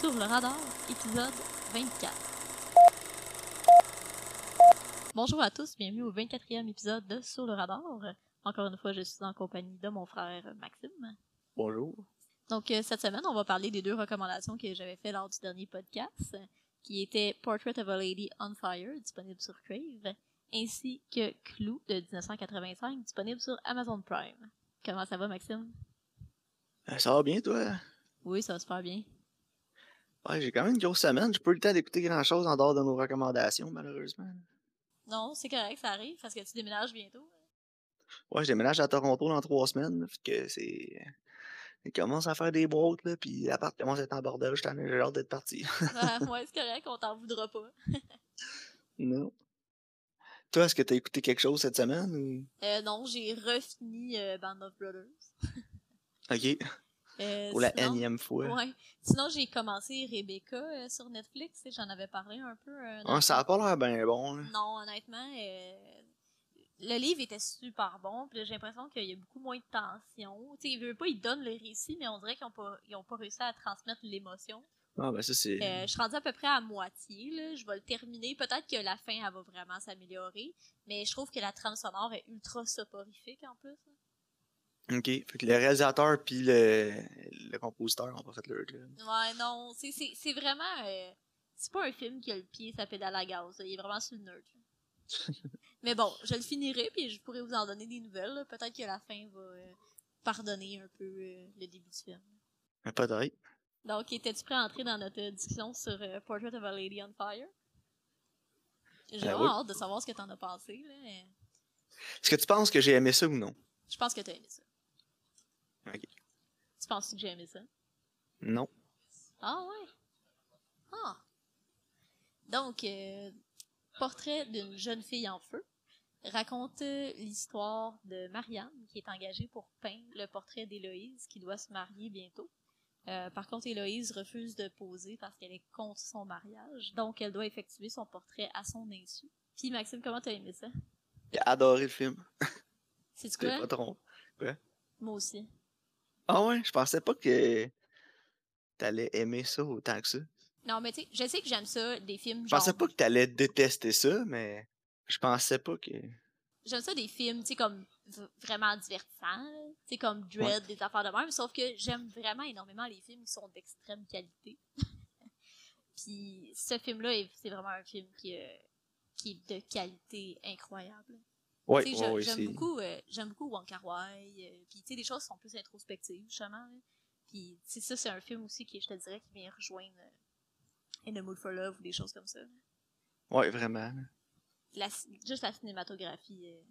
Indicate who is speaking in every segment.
Speaker 1: Sur le radar, épisode 24. Bonjour à tous, bienvenue au 24e épisode de Sur le radar. Encore une fois, je suis en compagnie de mon frère Maxime.
Speaker 2: Bonjour.
Speaker 1: Donc, euh, cette semaine, on va parler des deux recommandations que j'avais fait lors du dernier podcast, euh, qui étaient Portrait of a Lady on Fire, disponible sur Crave, ainsi que Clou de 1985, disponible sur Amazon Prime. Comment ça va, Maxime?
Speaker 2: Euh, Ça va bien, toi?
Speaker 1: Oui, ça va super bien.
Speaker 2: Ouais, j'ai quand même une grosse semaine. J'ai pas eu le temps d'écouter grand-chose en dehors de nos recommandations, malheureusement.
Speaker 1: Non, c'est correct, ça arrive, parce que tu déménages bientôt.
Speaker 2: Ouais, je déménage à Toronto dans trois semaines, là, fait que c'est... Il commence à faire des brotes, là, puis l'appart commence à être en bordel. Je t'en ai j'ai hâte d'être parti.
Speaker 1: Ah, ouais, c'est correct, on t'en voudra pas.
Speaker 2: non. Toi, est-ce que t'as écouté quelque chose cette semaine? ou-
Speaker 1: Euh, non, j'ai refini euh, Band of Brothers.
Speaker 2: OK.
Speaker 1: Euh,
Speaker 2: Pour la
Speaker 1: sinon-
Speaker 2: énième fois.
Speaker 1: Ouais. Sinon, j'ai commencé Rebecca euh, sur Netflix. tu sais, J'en avais parlé un peu. euh, dans
Speaker 2: Ouais, Ah, ça
Speaker 1: le-
Speaker 2: a pas l'air bien bon, là.
Speaker 1: Non, honnêtement, euh, le livre était super bon. Puis là, j'ai l'impression qu'il y a beaucoup moins de tension. Tu sais, ils veulent pas, ils donnent le récit, mais on dirait qu'ils ont pas, ils ont pas réussi à transmettre l'émotion.
Speaker 2: Ah, ben ça, c'est...
Speaker 1: Euh, je suis rendue à peu près à moitié. Là. Je vais le terminer. Peut-être que la fin, elle va vraiment s'améliorer. Mais je trouve que la trame sonore est ultra soporifique en plus. là. Euh.
Speaker 2: OK. Fait que le réalisateur puis le... le compositeur ont pas fait leur job.
Speaker 1: Ouais, non, c'est- c'est c'est vraiment. euh, c'est pas un film qui a le pied, ça pédale à gaz. là. Il est vraiment sur le nerd. Mais bon, je le finirai, puis je pourrai vous en donner des nouvelles. là. Peut-être que la fin va euh, pardonner un peu euh, le début du film.
Speaker 2: Mais Peut-être.
Speaker 1: Donc, étais-tu prêt à entrer dans notre euh, discussion sur euh, Portrait of a Lady on Fire? J'ai
Speaker 2: Ah
Speaker 1: vraiment
Speaker 2: oui.
Speaker 1: hâte de savoir ce que t'en as pensé. Là. mais
Speaker 2: Est-ce que tu penses que j'ai aimé ça ou non?
Speaker 1: Je pense que t'as aimé ça.
Speaker 2: Ok.
Speaker 1: Tu penses que j'ai aimé ça?
Speaker 2: Non.
Speaker 1: Ah ouais. Ah. Donc, euh, portrait d'une jeune fille en feu raconte euh, l'histoire de Marianne qui est engagée pour peindre le portrait d'Héloïse qui doit se marier bientôt. Euh, par contre, Héloïse refuse de poser parce qu'elle est contre son mariage, donc elle doit effectuer son portrait à son insu. Puis Maxime, comment t'as aimé ça?
Speaker 2: J'ai adoré le film.
Speaker 1: C'est
Speaker 2: T'es
Speaker 1: quoi?
Speaker 2: pas trompé.
Speaker 1: Moi aussi.
Speaker 2: Ah ouais, je pensais pas que t'allais aimer ça autant que ça.
Speaker 1: Non, mais tu sais, je sais que j'aime ça, des films
Speaker 2: Je
Speaker 1: genre...
Speaker 2: pensais pas que t'allais détester ça, mais je pensais pas que.
Speaker 1: j'aime ça des films, tu sais, comme v- vraiment divertissants, là. tu sais, comme Dread, des affaires de même, sauf que j'aime vraiment énormément les films qui sont d'extrême qualité. Puis ce film-là, est- c'est vraiment un film qui, euh, qui est de qualité incroyable.
Speaker 2: Ouais,
Speaker 1: Tu sais,
Speaker 2: ouais,
Speaker 1: je-
Speaker 2: ouais,
Speaker 1: j'aime
Speaker 2: c'est-
Speaker 1: beaucoup, euh, j'aime beaucoup Wong Kar Wai, euh, puis tu sais, des choses qui sont plus introspectives, justement. là. Puis, tu sais, ça, c'est un film aussi qui, je te dirais, qui vient rejoindre euh, In the Mood for Love ou des choses comme ça. là.
Speaker 2: Ouais, vraiment.
Speaker 1: La ci- juste la cinématographie. euh,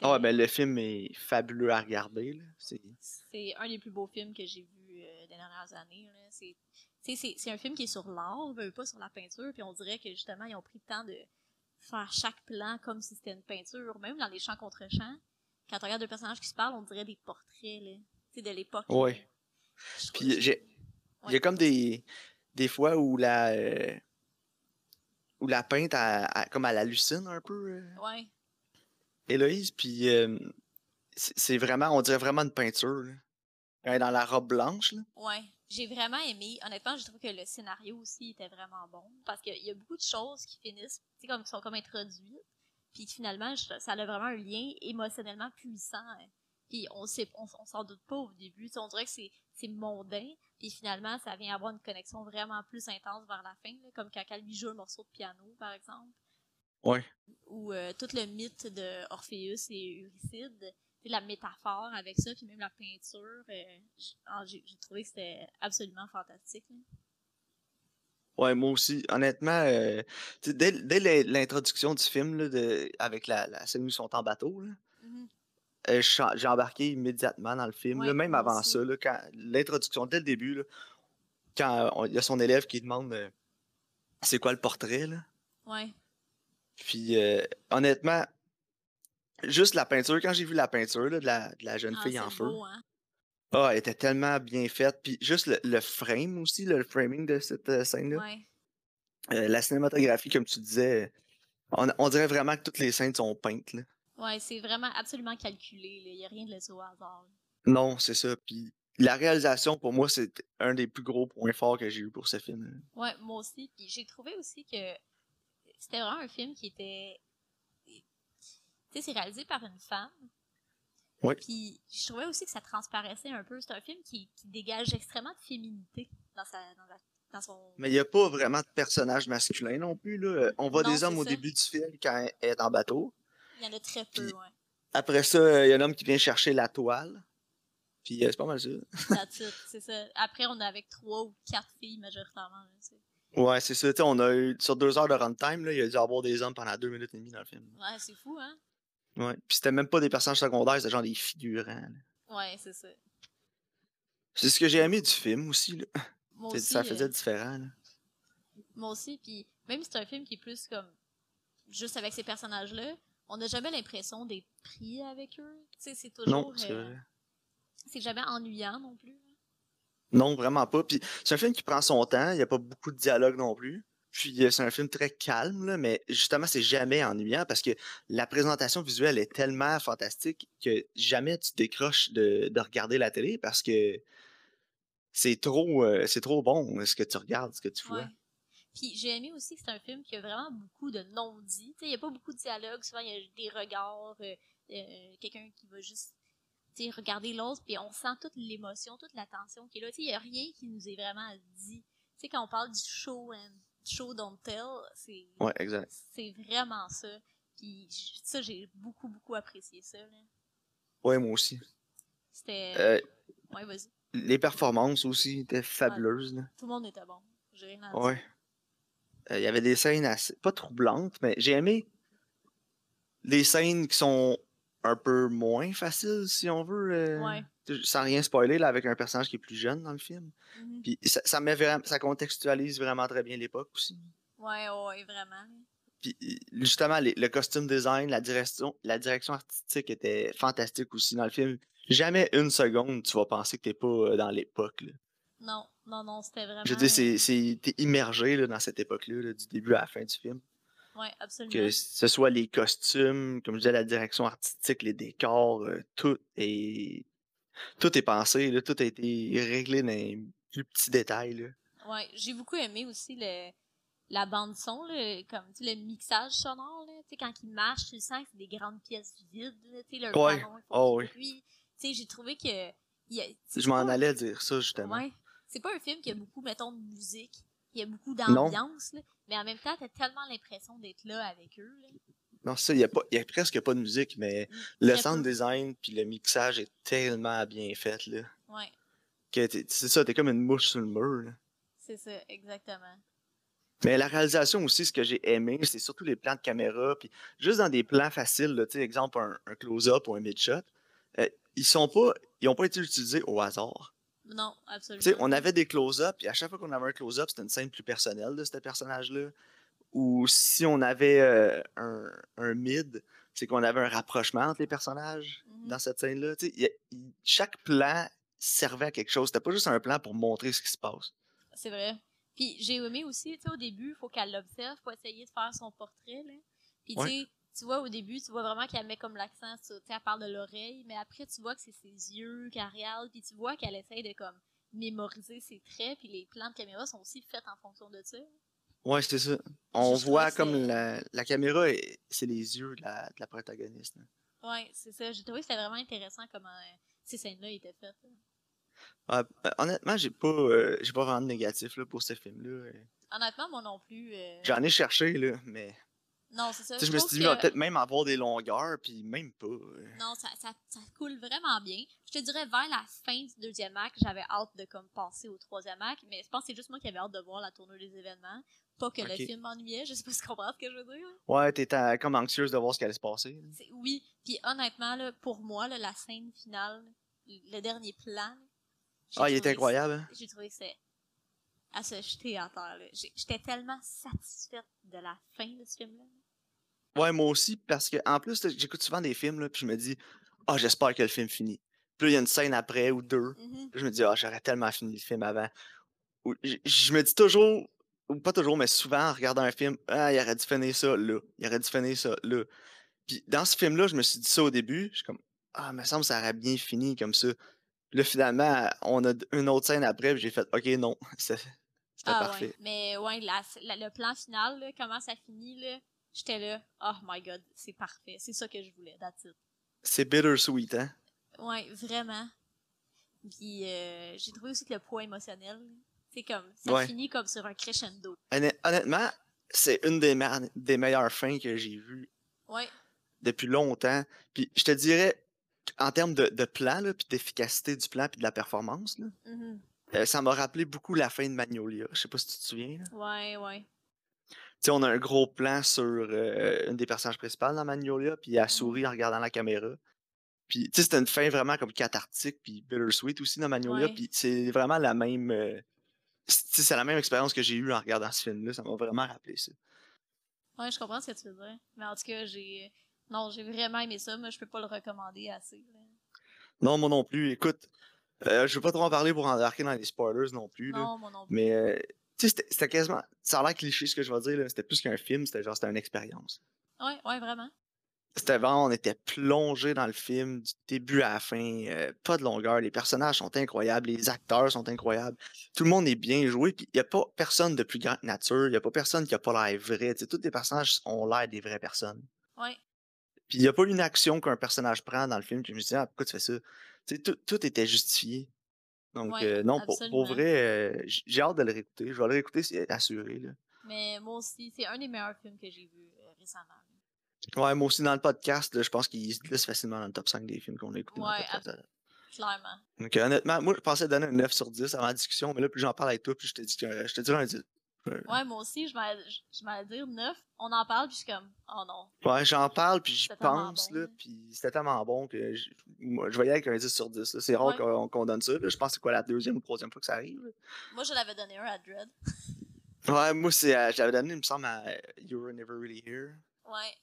Speaker 2: Ah ouais,
Speaker 1: c'était-
Speaker 2: ben le film est fabuleux à regarder, là. C'est-
Speaker 1: c'est un des plus beaux films que j'ai vu euh, des dernières années. là. C'est, tu sais, c'est, c'est un film qui est sur l'art, veut pas sur la peinture, puis on dirait que justement, ils ont pris le temps de faire chaque plan comme si c'était une peinture, même dans les champs contre champs. Quand on regarde deux personnages qui se parlent, on dirait des portraits là, tu sais, de l'époque.
Speaker 2: Ouais.
Speaker 1: là. Je trouve-
Speaker 2: Puis j'ai. Il y a
Speaker 1: Ouais.
Speaker 2: comme des. des fois où la. euh, où la peinte, elle- elle- comme elle hallucine un peu, euh,
Speaker 1: Ouais.
Speaker 2: Héloïse, puis euh, c'est c'est vraiment, on dirait vraiment une peinture, là. Quand elle est dans la robe blanche, là.
Speaker 1: Ouais, j'ai vraiment aimé. Honnêtement, je trouve que le scénario aussi était vraiment bon parce qu'il y a beaucoup de choses qui finissent, tu sais, comme qui sont comme introduites, puis que finalement, je- ça a vraiment un lien émotionnellement puissant. hein. Puis on sait, on, on s'en doute pas au début, tu sais, on dirait que c'est c'est mondain, puis finalement, ça vient avoir une connexion vraiment plus intense vers la fin, là, comme quand elle lui joue un morceau de piano, par exemple
Speaker 2: Ouais.
Speaker 1: ou euh, tout le mythe de Orpheus et Eurycide, tu sais, la métaphore avec ça, puis même la peinture, euh, j- ah, j'ai j'ai trouvé que c'était absolument fantastique. là.
Speaker 2: Ouais, moi aussi. Honnêtement, euh, tu sais, dès, dès l'in- l'introduction du film, là, de, avec la, la scène où ils sont en bateau, là, euh, je suis en- j'ai embarqué immédiatement dans le film. là,
Speaker 1: Ouais,
Speaker 2: même
Speaker 1: moi
Speaker 2: avant
Speaker 1: aussi.
Speaker 2: ça, là, quand l'introduction, dès le début, là, quand euh, on- il y a son élève qui demande euh, c'est quoi le portrait, là.
Speaker 1: Ouais,
Speaker 2: Puis euh, honnêtement, juste la peinture, quand j'ai vu la peinture là, de, la, de la jeune
Speaker 1: Ah,
Speaker 2: fille en
Speaker 1: c'est
Speaker 2: feu,
Speaker 1: beau, hein?
Speaker 2: ah, elle était tellement bien faite. Puis juste le, le frame aussi, le framing de cette euh, scène-là.
Speaker 1: Ouais.
Speaker 2: Euh, la cinématographie, comme tu disais, on, on dirait vraiment que toutes les scènes sont peintes. là.
Speaker 1: Ouais, c'est vraiment absolument calculé, il n'y a rien de laissé au hasard. là.
Speaker 2: Non, c'est ça. Puis la réalisation, pour moi, c'est un des plus gros points forts que j'ai eu pour ce film.
Speaker 1: Ouais, moi aussi. Puis j'ai trouvé aussi que c'était vraiment un film qui était. Tu sais, c'est réalisé par une femme.
Speaker 2: Ouais.
Speaker 1: Puis je trouvais aussi que ça transparaissait un peu. C'est un film qui, qui dégage extrêmement de féminité dans, sa, dans, la- dans son.
Speaker 2: Mais il n'y a pas vraiment de personnage masculin non plus. Là. Euh, On voit
Speaker 1: Non,
Speaker 2: des
Speaker 1: c'est
Speaker 2: hommes au
Speaker 1: ça.
Speaker 2: début du film quand elle est en bateau.
Speaker 1: Il y en a très peu,
Speaker 2: Puis-
Speaker 1: ouais.
Speaker 2: Après ça, euh, il y a un homme qui vient chercher la toile. Puis euh, c'est pas mal ça.
Speaker 1: That's it, c'est ça. Après, on est avec trois ou quatre filles majoritairement. là, tu sais.
Speaker 2: Ouais, c'est ça. Tu sais, on a eu, sur deux heures de runtime, là, il y a dû avoir des hommes pendant deux minutes et demie dans le film.
Speaker 1: Ouais, c'est fou, hein?
Speaker 2: Ouais. Puis c'était même pas des personnages secondaires, c'était genre des figurants. là.
Speaker 1: Ouais, c'est ça.
Speaker 2: C'est ce que j'ai aimé du film aussi. là.
Speaker 1: Moi
Speaker 2: C'est-
Speaker 1: aussi,
Speaker 2: ça
Speaker 1: euh,
Speaker 2: faisait différent. là.
Speaker 1: moi aussi, puis même si c'est un film qui est plus comme juste avec ces personnages-là, on n'a jamais l'impression d'être pris avec eux. Tu sais, c'est toujours.
Speaker 2: Non, c'est
Speaker 1: euh,
Speaker 2: vrai.
Speaker 1: c'est jamais ennuyant non plus.
Speaker 2: Non, vraiment pas. Puis c'est un film qui prend son temps, il n'y a pas beaucoup de dialogue non plus. Puis euh, c'est un film très calme, là, mais justement, c'est jamais ennuyant parce que la présentation visuelle est tellement fantastique que jamais tu décroches de, de regarder la télé parce que c'est trop, euh, c'est trop bon ce que tu regardes, ce que tu vois.
Speaker 1: Ouais. Puis j'ai aimé aussi que c'est un film qui a vraiment beaucoup de non-dits. Tu sais, Il n'y a pas beaucoup de dialogue. Souvent, il y a des regards, euh, euh, quelqu'un qui va juste tu sais, regarder l'autre, puis on sent toute l'émotion, toute la tension qui est là. Tu sais, Il n'y a rien qui nous est vraiment dit. Tu sais, quand on parle du show and show don't tell, c'est
Speaker 2: Ouais, exact.
Speaker 1: c'est vraiment ça. Puis j- ça, j'ai beaucoup, beaucoup apprécié ça. là.
Speaker 2: Ouais, moi aussi.
Speaker 1: C'était...
Speaker 2: Euh,
Speaker 1: ouais, vas-y.
Speaker 2: les performances aussi étaient fabuleuses. là.
Speaker 1: Tout le monde était bon. J'ai rien à dire.
Speaker 2: Ouais. Euh, Il y avait des scènes assez, pas troublantes, mais j'ai aimé les scènes qui sont un peu moins faciles, si on veut. euh,
Speaker 1: Ouais.
Speaker 2: tu- Sans rien spoiler, là, avec un personnage qui est plus jeune dans le film.
Speaker 1: Mhm.
Speaker 2: Puis ça, ça, met vraiment- ça contextualise vraiment très bien l'époque aussi.
Speaker 1: Ouais, ouais, vraiment.
Speaker 2: Puis euh, justement, les- le costume design, la direction, la direction artistique était fantastique aussi dans le film. Jamais une seconde, tu vas penser que t'es pas euh, dans l'époque. là.
Speaker 1: Non, non, non, c'était vraiment...
Speaker 2: Je veux dire, c'est- c'est- t'es immergé là, dans cette époque-là, là, du début à la fin du film.
Speaker 1: Ouais, absolument.
Speaker 2: Que ce soit les costumes, comme je disais, la direction artistique, les décors, euh, tout est tout est pensé, là, tout a été réglé dans les plus petits détails. là.
Speaker 1: Ouais, j'ai beaucoup aimé aussi le, la bande son, là, comme tu sais, le mixage sonore, là, tu sais, quand ils marchent, tu le sens que c'est des grandes pièces vides, là, tu sais, leur
Speaker 2: Ouais.
Speaker 1: marron, ils font
Speaker 2: Oh,
Speaker 1: du bruit. Tu sais, j'ai trouvé que il y a- c'est
Speaker 2: Je m'en
Speaker 1: pas-
Speaker 2: allais dire ça justement.
Speaker 1: Ouais, c'est pas un film qui a beaucoup, mettons, de musique, il y a beaucoup
Speaker 2: Non.
Speaker 1: d'ambiance, là, mais en même temps, t'as tellement l'impression d'être là avec eux. là.
Speaker 2: Non, ça, il n'y a, pas- y a presque pas de musique, mais
Speaker 1: Mm,
Speaker 2: le
Speaker 1: très
Speaker 2: sound
Speaker 1: peu.
Speaker 2: design puis le mixage est tellement bien fait là.
Speaker 1: Ouais,
Speaker 2: Que t'es- c'est ça, t'es comme une mouche sur le mur. là.
Speaker 1: c'est ça, exactement.
Speaker 2: Mais la réalisation aussi, ce que j'ai aimé, c'est surtout les plans de caméra, puis juste dans des plans faciles, là, tu sais, exemple un, un close-up ou un mid-shot, euh, ils sont pas, ils ont pas été utilisés au hasard.
Speaker 1: Non, absolument.
Speaker 2: Tu sais, on avait des close-up, puis à chaque fois qu'on avait un close-up, c'était une scène plus personnelle de ce personnage-là. Ou si on avait euh, un, un mid, c'est qu'on avait un rapprochement entre les personnages
Speaker 1: Mhm.
Speaker 2: dans cette scène-là. Tu sais, il y a- il- chaque plan servait à quelque chose. C'était pas juste un plan pour montrer ce qui se passe.
Speaker 1: C'est vrai. Puis j'ai aimé aussi, tu sais, au début, il faut qu'elle l'observe pour essayer de faire son portrait, là. Puis tu
Speaker 2: Ouais.
Speaker 1: sais, tu vois, au début, tu vois vraiment qu'elle met comme l'accent sur, tu sais, elle parle de l'oreille, mais après, tu vois que c'est ses yeux qu'elle regarde, puis tu vois qu'elle essaye de, comme, mémoriser ses traits, puis les plans de caméra sont aussi faits en fonction de ça.
Speaker 2: Ouais, c'est ça. On
Speaker 1: Je- je trouvais
Speaker 2: voit
Speaker 1: que
Speaker 2: comme
Speaker 1: c'est-
Speaker 2: la, la caméra, est- c'est les yeux de la, de la protagoniste. hein. là.
Speaker 1: Ouais, c'est ça. J'ai trouvé que c'était vraiment intéressant comment euh, ces scènes-là étaient faites. là.
Speaker 2: Ouais, euh, honnêtement, j'ai pas, euh, j'ai pas vraiment de négatif là, pour ce film-là. euh.
Speaker 1: Honnêtement, moi non plus. euh,
Speaker 2: J'en ai cherché, là, mais
Speaker 1: Non, c'est ça.
Speaker 2: tu sais, je me
Speaker 1: Euh, trouve
Speaker 2: suis dit, il
Speaker 1: que-
Speaker 2: va peut-être même avoir des longueurs, puis même pas. euh.
Speaker 1: Non, ça, ça, ça coule vraiment bien. Je te dirais, vers la fin du deuxième acte, j'avais hâte de comme passer au troisième acte, mais je pense que c'est juste moi qui avais hâte de voir la tournure des événements. Pas que
Speaker 2: Ok.
Speaker 1: le film m'ennuyait, je sais pas si tu comprends ce que je veux dire.
Speaker 2: Ouais, t'es euh, comme anxieuse de voir ce qui allait se passer. là.
Speaker 1: C'est- Oui, puis honnêtement, là, pour moi, là, la scène finale, le dernier plan... j'ai
Speaker 2: Ah, il
Speaker 1: trouvé
Speaker 2: était
Speaker 1: que-
Speaker 2: incroyable. hein.
Speaker 1: J'ai trouvé que c'est à se jeter à terre. là. J'ai- J'étais tellement satisfaite de la fin de ce film-là.
Speaker 2: Ouais, moi aussi, parce que en plus, là, j'écoute souvent des films, là, puis je me dis, ah, j'espère que le film finit. Puis là, il y a une scène après ou deux.
Speaker 1: Mhm.
Speaker 2: je me dis, ah, j'aurais tellement fini le film avant. Ou j- je me dis toujours, ou pas toujours, mais souvent en regardant un film, ah, il aurait dû finir ça là, il aurait dû finir ça là. Puis dans ce film-là, je me suis dit ça au début, je suis comme, ah, me semble que ça aurait bien fini comme ça. Puis Là, finalement, on a d- une autre scène après, puis j'ai fait OK, non, c'est- c'était
Speaker 1: Ah,
Speaker 2: parfait.
Speaker 1: ouais. Mais ouais, la- la- le plan final, là, comment ça finit, là, j'étais là, oh my god, c'est parfait. C'est ça que je voulais, that's it.
Speaker 2: C'est bittersweet, hein?
Speaker 1: Ouais, vraiment. Puis euh, j'ai trouvé aussi que le poids émotionnel, c'est comme, ça
Speaker 2: Ouais.
Speaker 1: finit comme sur un crescendo. Puis
Speaker 2: Honn- Honnêtement, c'est une des, me- des meilleures fins que j'ai vues
Speaker 1: Ouais,
Speaker 2: depuis longtemps. Puis je te dirais, en termes de, de plan, là, puis d'efficacité du plan, puis de la performance, là,
Speaker 1: mhm.
Speaker 2: euh, ça m'a rappelé beaucoup la fin de Magnolia. Je sais pas si tu te souviens. là.
Speaker 1: ouais, ouais.
Speaker 2: Tu sais, on a un gros plan sur euh, une des personnages principales dans Magnolia, puis elle sourit en regardant la caméra. Puis, tu sais, c'était une fin vraiment comme cathartique, puis bittersweet aussi dans Magnolia.
Speaker 1: Ouais.
Speaker 2: Puis, c'est vraiment la même. euh, c- tu sais, c'est la même expérience que j'ai eue en regardant ce film-là. Ça m'a vraiment rappelé ça.
Speaker 1: Ouais, je comprends ce que tu veux dire. Mais en tout cas, j'ai. Non, j'ai vraiment aimé ça, mais je peux pas le recommander assez. là.
Speaker 2: Non, moi non plus. Écoute, euh, je veux pas trop en parler pour embarquer dans les spoilers non plus. là.
Speaker 1: Non, moi non plus.
Speaker 2: Mais, euh, tu sais, c'était- c'était quasiment. Ça a l'air cliché ce que je vais dire, là. C'était plus qu'un film, c'était genre, c'était une expérience.
Speaker 1: Ouais, ouais, vraiment.
Speaker 2: C'était vraiment, on était plongé dans le film du début à la fin. euh, pas de longueur. Les personnages sont incroyables. Les acteurs sont incroyables. Tout le monde est bien joué. Puis il n'y a pas personne de plus grande nature. Il n'y a pas personne qui a pas l'air vrai. Tu sais, tous les personnages ont l'air des vraies personnes.
Speaker 1: Ouais.
Speaker 2: Puis il n'y a pas une action qu'un personnage prend dans le film. que Je me dis, ah, pourquoi tu fais ça? Tu sais, tout, tout était justifié. Donc,
Speaker 1: Ouais,
Speaker 2: euh, non, pour,
Speaker 1: absolument.
Speaker 2: pour vrai, euh, j- j'ai hâte de le réécouter. Je vais le réécouter, c'est assuré. Là.
Speaker 1: Mais moi aussi, c'est un des meilleurs films que j'ai vu euh, récemment.
Speaker 2: Ouais, moi aussi, dans le podcast, là, je pense qu'il se glisse facilement dans le top 5 des films qu'on a écoutés dans
Speaker 1: Ouais,
Speaker 2: le podcast.
Speaker 1: Clairement.
Speaker 2: Donc, euh, honnêtement, moi, je pensais donner un 9 sur 10 avant la discussion, mais là, plus j'en parle avec toi, plus je te dis que je te dirais un 10.
Speaker 1: Ouais, moi aussi, je m'allais je m'allais dire neuf. On en parle, puis je suis comme, oh non.
Speaker 2: Ouais, j'en parle, puis j'y
Speaker 1: C'était tellement
Speaker 2: pense,
Speaker 1: bon,
Speaker 2: là,
Speaker 1: là.
Speaker 2: puis c'était tellement bon que je, moi, je vais y aller avec un 10 sur 10. là. C'est rare
Speaker 1: Ouais.
Speaker 2: qu'on qu'on donne ça. là. Je pense que c'est quoi la deuxième ou troisième fois que ça arrive. là.
Speaker 1: Moi, je l'avais donné un à Dread.
Speaker 2: Ouais, moi, c'est, euh, je l'avais donné, il me semble, à euh, You Were Never Really Here.
Speaker 1: Ouais.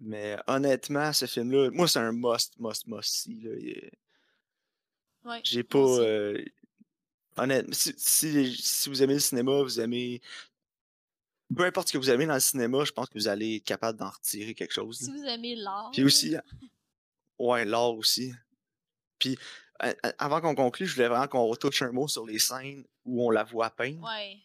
Speaker 2: Mais euh, honnêtement, ce film-là, moi, c'est un must, must, must. See, là. Il est-
Speaker 1: Ouais.
Speaker 2: J'ai
Speaker 1: moi
Speaker 2: pas.
Speaker 1: aussi.
Speaker 2: euh, honnêtement, si, si, si vous aimez le cinéma, vous aimez. Peu importe ce que vous aimez dans le cinéma, je pense que vous allez être capable d'en retirer quelque chose. là.
Speaker 1: Si vous aimez l'art.
Speaker 2: Puis aussi. Ouais, l'art aussi. Puis euh, euh, avant qu'on conclue, je voulais vraiment qu'on retouche un mot sur les scènes où on la voit peindre,
Speaker 1: Ouais.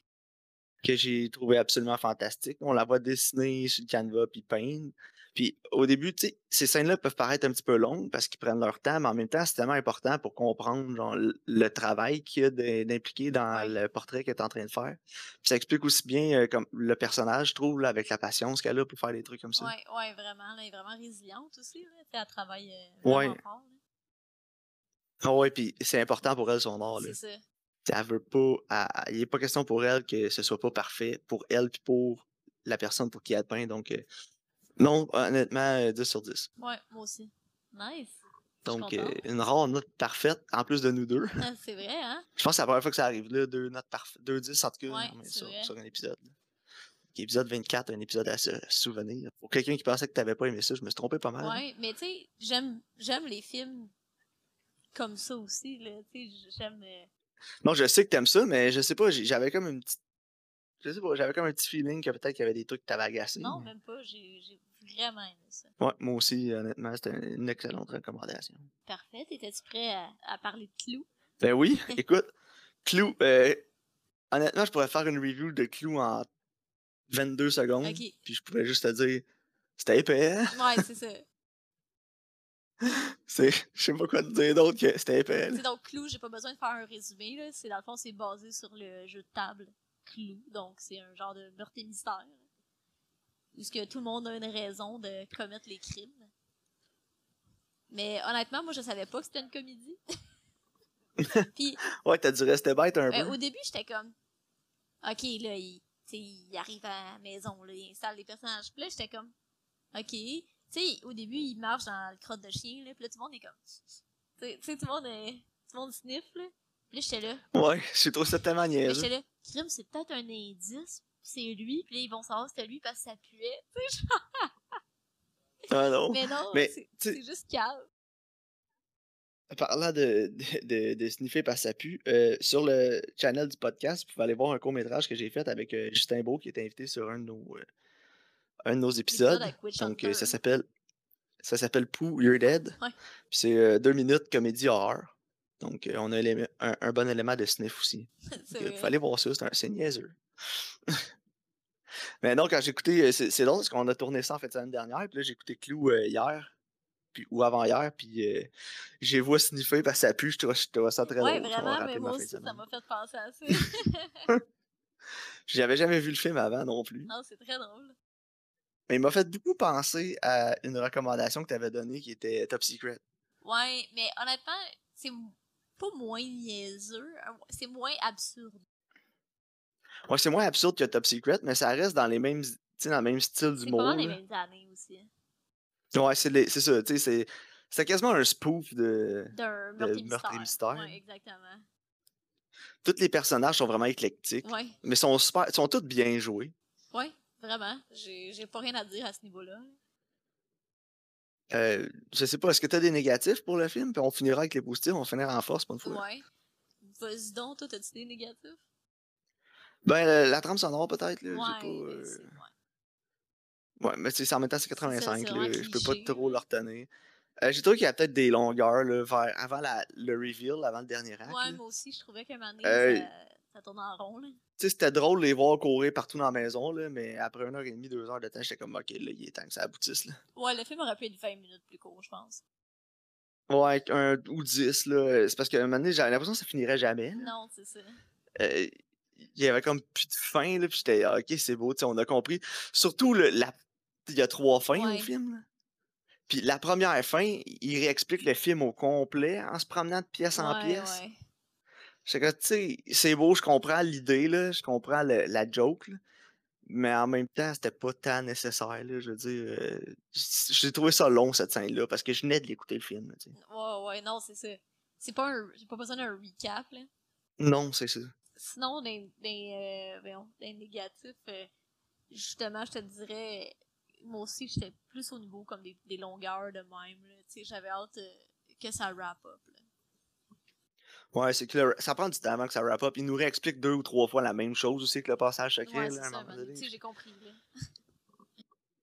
Speaker 2: que j'ai trouvé absolument fantastique. On la voit dessiner sur le canevas puis peindre. Puis au début, tu sais, ces scènes-là peuvent paraître un petit peu longues parce qu'ils prennent leur temps, mais en même temps, c'est tellement important pour comprendre genre, le- le travail qu'il y a de- d'impliqué dans le portrait qu'elle est en train de faire. Puis ça explique aussi bien euh, comme le personnage, je trouve, là, avec la patience qu'elle a pour faire des trucs comme ça.
Speaker 1: Ouais, ouais, vraiment. Là, elle est vraiment résiliente aussi. Là. Tu sais, Elle travaille euh,
Speaker 2: Ouais.
Speaker 1: vraiment fort. là.
Speaker 2: Ah ouais, puis c'est important pour elle son art. Oh, là.
Speaker 1: C'est ça.
Speaker 2: T'sais, elle veut pas. elle- elle- il n'est pas question pour elle que ce soit pas parfait pour elle puis pour la personne pour qui elle peint. Donc, euh, non, honnêtement, euh, 10 sur 10.
Speaker 1: Ouais, moi aussi. Nice. Je suis
Speaker 2: Donc, euh,
Speaker 1: contente.
Speaker 2: une rare note parfaite, en plus de nous deux.
Speaker 1: Ah, c'est vrai, hein?
Speaker 2: Je pense que c'est la première fois que ça arrive, là, deux notes parfaites, deux 10 en tout cas,
Speaker 1: Ouais,
Speaker 2: non, mais
Speaker 1: c'est
Speaker 2: sur,
Speaker 1: vrai.
Speaker 2: sur un épisode. là. Donc, Épisode 24, un épisode à se souvenir. Pour quelqu'un qui pensait que t'avais pas aimé ça, je me suis trompé pas mal.
Speaker 1: Ouais, mais tu sais, j'aime, j'aime les films comme ça aussi, là. Tu sais, j'aime. euh,
Speaker 2: Non, je sais que t'aimes ça, mais je sais pas, j'ai- j'avais comme une petite. Je sais pas, j'avais comme un petit feeling que peut-être qu'il y avait des trucs qui t'avaient agacé.
Speaker 1: Non,
Speaker 2: mais-
Speaker 1: même pas. J'ai, j'ai vraiment aimé ça.
Speaker 2: Ouais, moi aussi, honnêtement, c'était une excellente recommandation.
Speaker 1: Parfait. Étais-tu prêt à, à parler de Clou?
Speaker 2: Ben oui, écoute, Clou, euh, honnêtement, je pourrais faire une review de Clou en 22 secondes.
Speaker 1: Ok.
Speaker 2: Puis je pourrais juste te dire, c'était épais. hein?
Speaker 1: Ouais, c'est ça.
Speaker 2: C'est, je sais pas quoi te dire d'autre que c'était épais.
Speaker 1: Tu
Speaker 2: là.
Speaker 1: sais, donc, Clou, j'ai pas besoin de faire un résumé, là. C'est, dans le fond, c'est basé sur le jeu de table Clou. Donc, c'est un genre de meurtre et mystère. Où ce que tout le monde a une raison de commettre les crimes. Mais honnêtement, moi, je savais pas que c'était une comédie. Puis,
Speaker 2: Ouais, t'as dû rester bête un
Speaker 1: Euh,
Speaker 2: peu.
Speaker 1: au début, j'étais comme, OK, là, il, tu sais, il arrive à la maison, là, il installe les personnages. Puis là, j'étais comme, OK. Tu sais, au début, il marche dans le crotte de chien, là, puis là, tout le monde est comme, tu sais- tu sais, tout le monde, est, tout le monde sniff, là. Puis là, j'étais là,
Speaker 2: Ouais, je trouve ça tellement
Speaker 1: mais
Speaker 2: niaiseux.
Speaker 1: j'étais là, crime, c'est peut-être un indice, puis c'est lui, puis là, ils vont savoir que c'était lui parce que ça puait.
Speaker 2: Ah non.
Speaker 1: Mais non,
Speaker 2: mais,
Speaker 1: c'est
Speaker 2: tu sais-
Speaker 1: c'est juste calme.
Speaker 2: Parlant de, de, de, de sniffer par sa pue, euh, sur le channel du podcast, vous pouvez aller voir un court-métrage que j'ai fait avec euh, Justin Beau, qui était invité sur un de nos, euh, un de nos épisodes.
Speaker 1: avec Witch
Speaker 2: Donc, euh,
Speaker 1: Hunter.
Speaker 2: ça s'appelle ça s'appelle Pooh, You're Dead.
Speaker 1: hein. Ouais.
Speaker 2: Puis c'est euh, deux minutes comédie horreur. Donc, euh, on a élé- un, un bon élément de sniff aussi.
Speaker 1: C'est
Speaker 2: Il
Speaker 1: vrai.
Speaker 2: fallait voir ça, c'est un- c'est niaiseux. Mais non, quand j'ai écouté, euh, c'est c'est drôle parce qu'on a tourné ça en fait de semaine dernière, puis là j'ai écouté Clou euh, hier, puis, ou avant-hier, puis euh, j'ai vu sniffer parce que ça pue, je trouvais, je trouvais ça très
Speaker 1: Ouais,
Speaker 2: drôle, ça m'a
Speaker 1: vraiment,
Speaker 2: rappelé
Speaker 1: mais
Speaker 2: ma
Speaker 1: moi
Speaker 2: fin de
Speaker 1: aussi, ça
Speaker 2: semaine.
Speaker 1: m'a fait penser à ça.
Speaker 2: J'avais jamais vu le film avant non plus.
Speaker 1: non, c'est très drôle.
Speaker 2: Mais il m'a fait beaucoup penser à une recommandation que tu avais donnée qui était Top Secret.
Speaker 1: Ouais, mais honnêtement, c'est m- pas moins niaiseux, hein, c'est moins absurde.
Speaker 2: Ouais, c'est moins absurde que Top Secret, mais ça reste dans les mêmes, tu sais, dans le même style
Speaker 1: C'est
Speaker 2: du
Speaker 1: pas
Speaker 2: mot.
Speaker 1: mal les mêmes années aussi. hein.
Speaker 2: Ouais, c'est les- c'est ça, tu sais, c'est- c'est quasiment un spoof de.
Speaker 1: D'un
Speaker 2: De
Speaker 1: meurtre et
Speaker 2: meurtre et
Speaker 1: mystère.
Speaker 2: mystère.
Speaker 1: Ouais, exactement.
Speaker 2: Tous les personnages sont vraiment éclectiques.
Speaker 1: Ouais,
Speaker 2: mais sont super, sont toutes bien jouées.
Speaker 1: ouais, vraiment. J'ai j'ai pas rien à dire à ce niveau-là.
Speaker 2: Euh, je sais pas, est-ce que t'as des négatifs pour le film? Puis on finira avec les positifs, on finira en force pour une fois.
Speaker 1: Ouais. Vas-y donc, toi, t'as-tu des négatifs?
Speaker 2: Ben, la, la trame sonore peut-être, là. Euh, j'ai pas,
Speaker 1: mais
Speaker 2: euh,
Speaker 1: c'est- ouais.
Speaker 2: Ouais, mais tu sais, en même temps, c'est
Speaker 1: ça,
Speaker 2: 85,
Speaker 1: c'est
Speaker 2: là.
Speaker 1: vraiment
Speaker 2: Je peux pas
Speaker 1: cliché,
Speaker 2: trop le retenir. Euh, j'ai trouvé qu'il y a peut-être des longueurs, là, vers- avant la- le reveal, avant le dernier acte.
Speaker 1: Ouais,
Speaker 2: Ah, là.
Speaker 1: moi aussi, je trouvais qu'à un moment donné,
Speaker 2: Euh,
Speaker 1: ça, ça tourne en rond. Là.
Speaker 2: Tu sais, c'était drôle de les voir courir partout dans la maison, là, mais après une heure et demie, deux heures de temps, j'étais comme, ok, là, il est temps que ça aboutisse, là.
Speaker 1: Ouais, le film aurait pu être 20 minutes plus court, je pense.
Speaker 2: Ouais, un ou dix, là. C'est parce qu'à un moment donné, j'avais l'impression que ça finirait jamais, là.
Speaker 1: Non, c'est ça.
Speaker 2: euh, il y avait comme plus de fin, là, puis j'étais, ah, ok, c'est beau, tu sais, on a compris. Surtout, le, la... il y a trois fins
Speaker 1: Ouais.
Speaker 2: au film. là. Puis la première fin, il réexplique le film au complet en se promenant de pièce en
Speaker 1: Ouais,
Speaker 2: pièce.
Speaker 1: ouais.
Speaker 2: J'étais comme, tu sais, c'est beau, je comprends l'idée, là, je comprends le- la joke, là, mais en même temps, c'était pas tant nécessaire, là, je veux dire. euh, j- J'ai trouvé ça long, cette scène-là, parce que je venais de l'écouter le film. là, tu sais.
Speaker 1: Ouais, ouais, non, c'est ça. C'est pas un. J'ai pas besoin d'un recap, là.
Speaker 2: Non, c'est ça.
Speaker 1: Sinon, des, des, euh, voyons, des négatifs, euh, justement, je te dirais, moi aussi, j'étais plus au niveau comme des, des longueurs de même, là. Tu sais, j'avais hâte euh, que ça wrap up, là.
Speaker 2: Ouais, c'est que le- ça prend du temps avant que ça wrap up. Il nous réexplique deux ou trois fois la même chose aussi que le passage secret.
Speaker 1: ouais,
Speaker 2: là,
Speaker 1: c'est
Speaker 2: à un
Speaker 1: ça,
Speaker 2: moment
Speaker 1: man. Tu
Speaker 2: donné.
Speaker 1: sais, j'ai compris, là.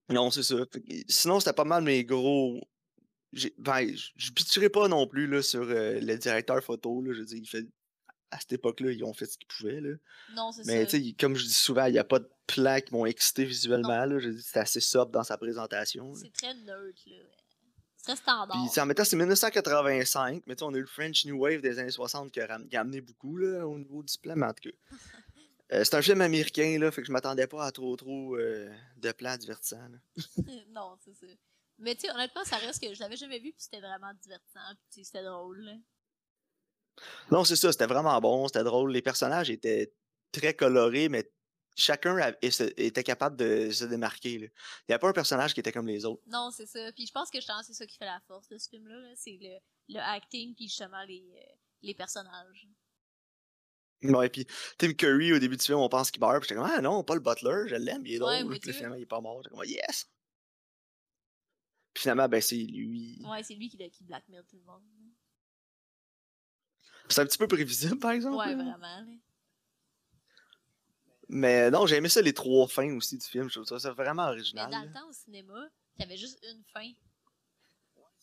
Speaker 2: Non, c'est ça. Fait que- Sinon, c'était pas mal mes gros. j'ai- Ben, j- je pitié pas non plus là, sur euh, le directeur photo. Là, je veux dire, il fait... À cette époque-là, ils ont fait ce qu'ils pouvaient. Là.
Speaker 1: Non, c'est
Speaker 2: Mais
Speaker 1: ça.
Speaker 2: tu sais, il- comme je dis souvent, il n'y a pas de plans qui m'ont excité visuellement. Là, je dis, c'est assez sobre dans sa présentation. là.
Speaker 1: C'est très neutre, là. C'est très standard.
Speaker 2: Puis, tu sais, en même temps, c'est 1985, mais tu sais, on a eu le French New Wave des années 60 qui a, ram- qui a amené beaucoup là, au niveau du plan, mais en tout cas. euh, c'est un film américain, là, fait que je m'attendais pas à trop trop euh, de plans divertissants. là.
Speaker 1: non, c'est ça. Mais tu sais, honnêtement, ça reste que je l'avais jamais vu, puis c'était vraiment divertissant, puis tu sais, c'était drôle. là.
Speaker 2: Non, c'est ça, c'était vraiment bon, c'était drôle. Les personnages étaient très colorés, mais chacun a- et se- était capable de se démarquer. là. Il n'y a pas un personnage qui était comme les autres.
Speaker 1: Non, c'est ça. Puis je pense que justement, c'est ça qui fait la force de ce film-là, là. c'est le, le acting, puis justement les, euh, les personnages.
Speaker 2: Ouais, puis Tim Curry, au début du film, on pense qu'il meurt, puis j'étais comme Ah non, pas le butler, je l'aime, il est
Speaker 1: Ouais,
Speaker 2: drôle.
Speaker 1: mais
Speaker 2: Puis
Speaker 1: tu-
Speaker 2: finalement, il est pas mort. J'étais comme «Ah, Yes! Puis finalement, ben c'est lui.
Speaker 1: Ouais, c'est lui qui, le- qui blackmail tout le monde.
Speaker 2: C'est un petit peu prévisible, par exemple.
Speaker 1: Ouais,
Speaker 2: là.
Speaker 1: vraiment. là.
Speaker 2: Mais non, j'ai aimé ça, les trois fins aussi du film. Je trouve ça, ça vraiment
Speaker 1: Mais
Speaker 2: original.
Speaker 1: dans
Speaker 2: là.
Speaker 1: le temps au cinéma, t'avais juste une fin.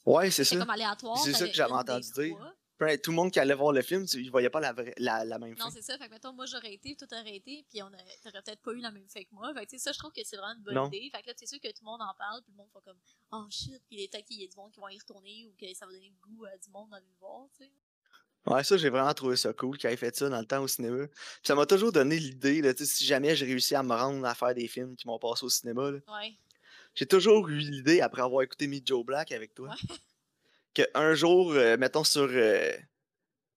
Speaker 2: Ouais, c'est
Speaker 1: C'était
Speaker 2: ça.
Speaker 1: comme aléatoire.
Speaker 2: C'est ça
Speaker 1: t'avais
Speaker 2: que j'avais
Speaker 1: une des
Speaker 2: entendu dire.
Speaker 1: trois.
Speaker 2: Ben, Tout le monde qui allait voir le film, tu- il voyait pas la, vraie- la, la même
Speaker 1: Non,
Speaker 2: fin.
Speaker 1: c'est ça. Fait que, mettons, moi, j'aurais été, toi, t'aurais été, puis on aurait- t'aurais peut-être pas eu la même fin que moi. Fait que, tu sais, ça, je trouve que c'est vraiment une bonne
Speaker 2: Non.
Speaker 1: idée. Fait que là, c'est sûr que tout le monde en parle, puis le monde fait comme, oh shit, puis les tacs, il y a du monde qui vont y retourner, ou que ça va donner le goût à du monde d'aller le voir, tu sais.
Speaker 2: Ouais, ça, j'ai vraiment trouvé ça cool qu'il ait fait ça dans le temps au cinéma. Puis ça m'a toujours donné l'idée, là, tu sais, si jamais j'ai réussi à me rendre à faire des films qui m'ont passé au cinéma, là,
Speaker 1: Ouais.
Speaker 2: j'ai toujours eu l'idée, après avoir écouté Meet Joe Black avec toi,
Speaker 1: Ouais.
Speaker 2: que qu'un jour, euh, mettons sur euh,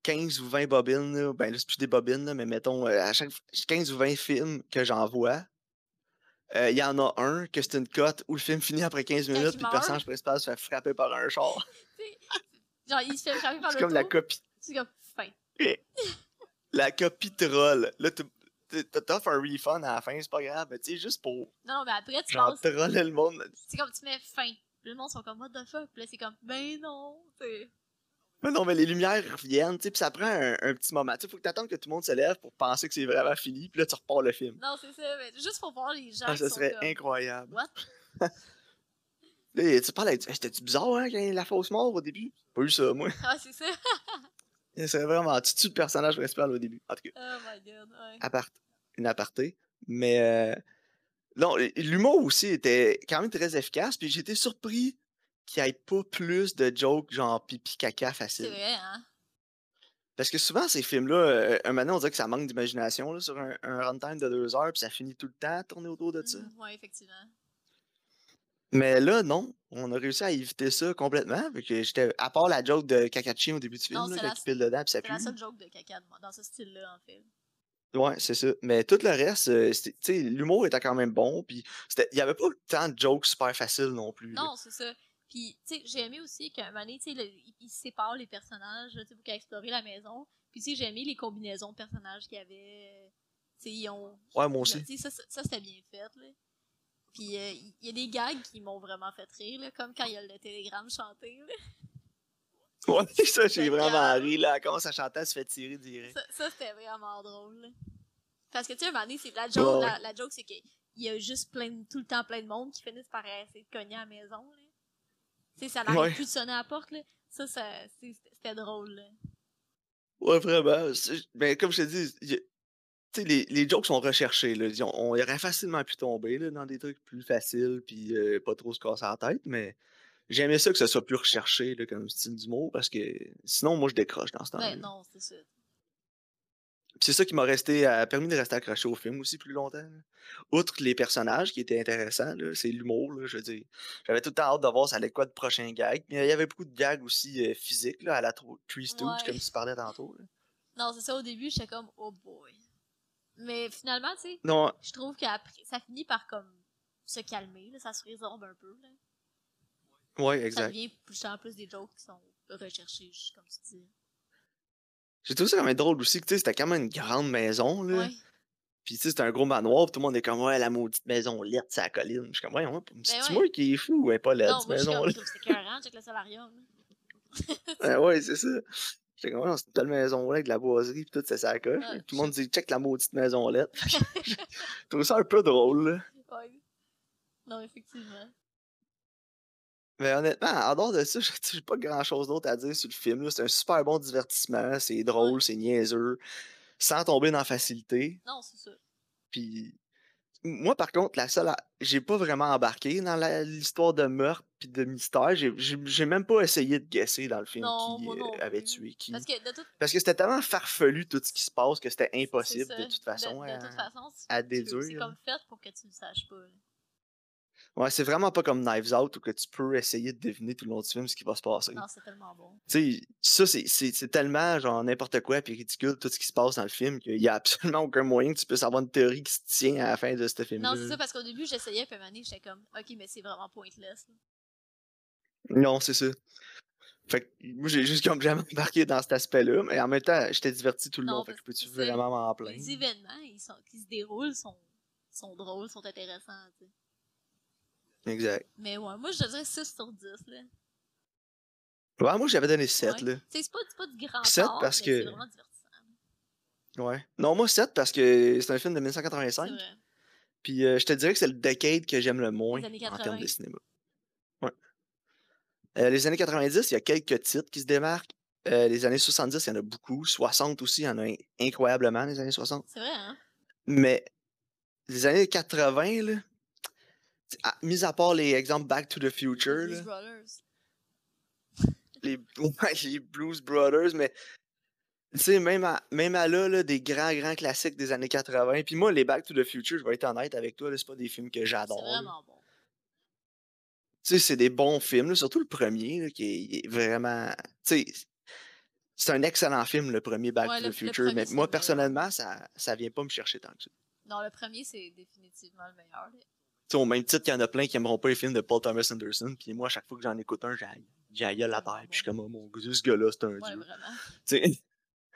Speaker 2: 15 ou 20 bobines, là, ben là, c'est plus des bobines, là, mais mettons, euh, à chaque 15 ou 20 films que j'envoie, euh, il y en a un que c'est une cote où le film finit après 15
Speaker 1: il
Speaker 2: minutes, puis le
Speaker 1: meurt.
Speaker 2: personnage principal se fait frapper par un char.
Speaker 1: Genre, il se fait frapper par
Speaker 2: C'est
Speaker 1: le
Speaker 2: comme la copie.
Speaker 1: C'est comme, fin.
Speaker 2: La copie troll. Là, tu- tu- tu- t'offres un refund à la fin, c'est pas grave, mais tu sais, juste pour
Speaker 1: Non, non, mais après, tu
Speaker 2: genre
Speaker 1: passes,
Speaker 2: troller le monde.
Speaker 1: c'est comme, tu mets fin. Puis le monde sont comme, what the fuck? Puis là, c'est comme, ben non, c'est.
Speaker 2: Mais Ben non, mais les lumières reviennent, tu sais, puis ça prend un, un petit moment. Tu sais, faut que t'attendes que tout le monde se lève pour penser que c'est vraiment fini, puis là, tu repars le film.
Speaker 1: Non, c'est ça, mais juste pour voir les gens.
Speaker 2: Ah,
Speaker 1: qui
Speaker 2: ça
Speaker 1: sont
Speaker 2: serait
Speaker 1: comme,
Speaker 2: incroyable.
Speaker 1: What?
Speaker 2: Là, tu parles, avec- Hey, c'était-tu bizarre, hein, quand il y a eu la fausse mort au début? Pas eu ça, moi.
Speaker 1: Ah, c'est ça.
Speaker 2: C'est vraiment, tu tues le personnage principal au début. En tout cas,
Speaker 1: Oh my god, ouais.
Speaker 2: apart- une aparté. Mais euh, non, l'humour aussi était quand même très efficace. Puis j'étais surpris qu'il n'y ait pas plus de jokes genre pipi caca
Speaker 1: C'est
Speaker 2: facile.
Speaker 1: vrai, hein?
Speaker 2: Parce que souvent, ces films-là, euh, un moment, donné, on dirait que ça manque d'imagination là, sur un, un runtime de deux heures, puis ça finit tout le temps à tourner autour de ça.
Speaker 1: Mhm, ouais, effectivement.
Speaker 2: Mais là, non, on a réussi à éviter ça complètement. fait que j'étais, à part la joke de Kakachi au début du film,
Speaker 1: Non,
Speaker 2: là,
Speaker 1: c'est
Speaker 2: quand
Speaker 1: la-
Speaker 2: il pile dedans, puis ça
Speaker 1: C'est la
Speaker 2: pue.
Speaker 1: seule joke de caca de moi, dans ce style-là, en fait.
Speaker 2: Ouais, c'est ça. Mais tout le reste, euh, c'était- tu sais, l'humour était quand même bon, puis c'était- il n'y avait pas tant de jokes super faciles non plus. là.
Speaker 1: Non, c'est ça. Puis, tu sais, j'ai aimé aussi qu'à un moment donné, tu sais, le- il- il sépare les personnages, tu sais, pour qu'ils explorent la maison. Puis, tu sais, j'ai aimé les combinaisons de personnages qu'il y avait. euh, Tu sais, ils ont.
Speaker 2: Ouais, moi aussi.
Speaker 1: Tu sais, ça, ça, ça, c'était bien fait, là. Puis, euh, il y a des gags qui m'ont vraiment fait rire, là, comme quand il y a le télégramme chanté, là.
Speaker 2: Ouais, ça, j'ai
Speaker 1: Ben,
Speaker 2: vraiment
Speaker 1: regarde.
Speaker 2: ri, là. Comment ça chantait, elle se fait tirer direct.
Speaker 1: Ça, ça, c'était vraiment drôle, là. Parce que, tu sais, à un moment donné, c'est la joke,
Speaker 2: Ouais, ouais.
Speaker 1: la, la joke, c'est qu'il y a juste plein, de- tout le temps plein de monde qui finissent par essayer de cogner à la maison, là. Tu sais, ça n'arrête
Speaker 2: Ouais.
Speaker 1: plus de sonner à la porte, là. Ça, ça c'est- c'était drôle, là.
Speaker 2: Ouais, vraiment. c'est- Ben, comme je te dis, il y a- tu sais, les, les jokes sont recherchés, là. Ils ont- On, aurait facilement pu tomber, là, dans des trucs plus faciles, puis euh, pas trop se casser la tête, mais j'aimais ça que ce soit plus recherché, là, comme style d'humour, parce que sinon, moi, je décroche dans ce temps-là.
Speaker 1: Ben non, c'est sûr.
Speaker 2: Puis c'est ça qui m'a resté, a permis de rester accroché au film aussi plus longtemps. là. Outre les personnages qui étaient intéressants, là, c'est l'humour, là, je veux dire. J'avais tout le temps hâte de voir ça allait être quoi de prochain gag. Mais il y avait beaucoup de gags aussi euh, physiques, là, à la Tro- Three Stooges,
Speaker 1: Ouais.
Speaker 2: comme tu parlais tantôt. là.
Speaker 1: Non, c'est ça, au début, j'étais comme, oh boy. Mais finalement, tu sais,
Speaker 2: Non,
Speaker 1: je trouve que ça finit par comme se calmer, là, ça se résorbe un peu. Là.
Speaker 2: ouais,
Speaker 1: Ça
Speaker 2: exact.
Speaker 1: devient plus en plus des jokes qui sont recherchés, juste comme tu dis.
Speaker 2: J'ai trouvé ça quand même drôle aussi que tu sais, c'était quand même une grande maison. Là.
Speaker 1: Ouais.
Speaker 2: Puis tu sais, c'était un gros manoir, puis tout le monde est comme, ouais, la maudite maison laite, c'est la colline. Je suis comme, ouais, ouais,
Speaker 1: Ben
Speaker 2: c'est
Speaker 1: ouais.
Speaker 2: moi qui est fou, ouais, pas la
Speaker 1: Non,
Speaker 2: petite
Speaker 1: moi, je suis
Speaker 2: maison.
Speaker 1: comme, je trouve que c'est écœurant, check le solarium. là.
Speaker 2: Ouais, ouais, c'est ça. J'étais comme, ouais, c'est une belle maison là, avec de la boiserie, puis tout, c'est sa coche.
Speaker 1: Ouais.
Speaker 2: Tout le monde dit, check la maudite maison là. Je trouve ça un peu drôle, là.
Speaker 1: Ouais. Non, effectivement.
Speaker 2: Mais honnêtement, en dehors de ça, j'ai j'ai pas grand chose d'autre à dire sur le film. là. C'est un super bon divertissement, c'est drôle, c'est niaiseux, sans tomber dans la facilité.
Speaker 1: Non, c'est ça.
Speaker 2: Mm. Puis, moi, par contre, la seule. a- J'ai pas vraiment embarqué dans la- l'histoire de meurtre puis de mystère. J'ai- J'ai j'ai même pas essayé de guesser dans le film
Speaker 1: Non,
Speaker 2: qui
Speaker 1: moi
Speaker 2: euh,
Speaker 1: non
Speaker 2: avait
Speaker 1: plus.
Speaker 2: tué qui.
Speaker 1: Parce que de toute,
Speaker 2: Parce que c'était tellement farfelu tout ce qui se passe que c'était
Speaker 1: c'est
Speaker 2: impossible
Speaker 1: ça.
Speaker 2: de toute façon.
Speaker 1: De,
Speaker 2: à-
Speaker 1: toute façon, c'est-
Speaker 2: à
Speaker 1: tu veux- C'est
Speaker 2: déduire.
Speaker 1: comme fait pour que tu ne saches pas. là.
Speaker 2: Ouais, c'est vraiment pas comme Knives Out où que tu peux essayer de deviner tout le long du film ce qui va se passer.
Speaker 1: Non, c'est tellement bon.
Speaker 2: Tu sais, ça, c'est- c'est c'est tellement genre n'importe quoi puis ridicule tout ce qui se passe dans le film qu'il y a absolument aucun moyen que tu puisses avoir une théorie qui se tient à la fin de ce film-là.
Speaker 1: Non, c'est ça, parce qu'au début, j'essayais, puis à un moment donné, j'étais comme, OK, mais c'est vraiment pointless. là.
Speaker 2: Non, c'est ça. Fait que moi, j'ai juste comme jamais embarqué dans cet aspect-là, mais en même temps, j'étais diverti tout le
Speaker 1: Non,
Speaker 2: long, fait que je
Speaker 1: parce
Speaker 2: peux-tu
Speaker 1: que c'est-
Speaker 2: vraiment m'en plaindre?
Speaker 1: Les événements ils sont, qui se déroulent sont, sont drôles, sont intéressants. tu sais.
Speaker 2: Exact.
Speaker 1: Mais ouais, moi, je te dirais 6 sur 10. Là.
Speaker 2: Ouais, moi, j'avais donné 7,
Speaker 1: Ouais.
Speaker 2: là.
Speaker 1: Tu sais, C'est pas, c'est pas du grand
Speaker 2: Sept,
Speaker 1: tort,
Speaker 2: parce
Speaker 1: mais
Speaker 2: que-
Speaker 1: c'est vraiment divertissant.
Speaker 2: Ouais. Non, moi, 7 parce que c'est un film de
Speaker 1: C'est
Speaker 2: 1985,
Speaker 1: vrai.
Speaker 2: puis euh, je te dirais que c'est le decade que j'aime le moins
Speaker 1: Les années
Speaker 2: en
Speaker 1: 80.
Speaker 2: termes de cinéma. Ouais. Euh, les années 90, il y a quelques titres qui se démarquent. Euh, les années 70, il y en a beaucoup. 60 aussi, il y en a in- incroyablement, les années 60.
Speaker 1: C'est vrai, hein?
Speaker 2: Mais les années 80, là, t- à- mis à part les exemples Back to the Future,
Speaker 1: Blues
Speaker 2: là,
Speaker 1: Brothers.
Speaker 2: les, ouais, les Blues Brothers, mais tu sais, même à, même à là, là, des grands, grands classiques des années 80. Puis moi, les Back to the Future, je vais être honnête avec toi, là, c'est pas des films que
Speaker 1: C'est
Speaker 2: j'adore. là.
Speaker 1: vraiment bon.
Speaker 2: Tu sais, c'est des bons films, là, surtout le premier, là, qui est, il est vraiment. Tu sais, c'est un excellent film, le premier Back
Speaker 1: Ouais,
Speaker 2: to
Speaker 1: le-
Speaker 2: the
Speaker 1: le
Speaker 2: Future,
Speaker 1: premier,
Speaker 2: mais
Speaker 1: c'est le
Speaker 2: moi,
Speaker 1: meilleur.
Speaker 2: personnellement, ça, ça vient pas me chercher tant que ça.
Speaker 1: Non, le premier, c'est définitivement le meilleur. là.
Speaker 2: Tu sais, au même titre qu'il y en a plein qui aimeront pas les films de Paul Thomas Anderson, puis moi, à chaque fois que j'en écoute un, j'aille j'aille la terre, puis je suis comme, oh mon dieu, ce gars-là, c'est un
Speaker 1: Ouais,
Speaker 2: dieu.
Speaker 1: vraiment.
Speaker 2: Tu sais.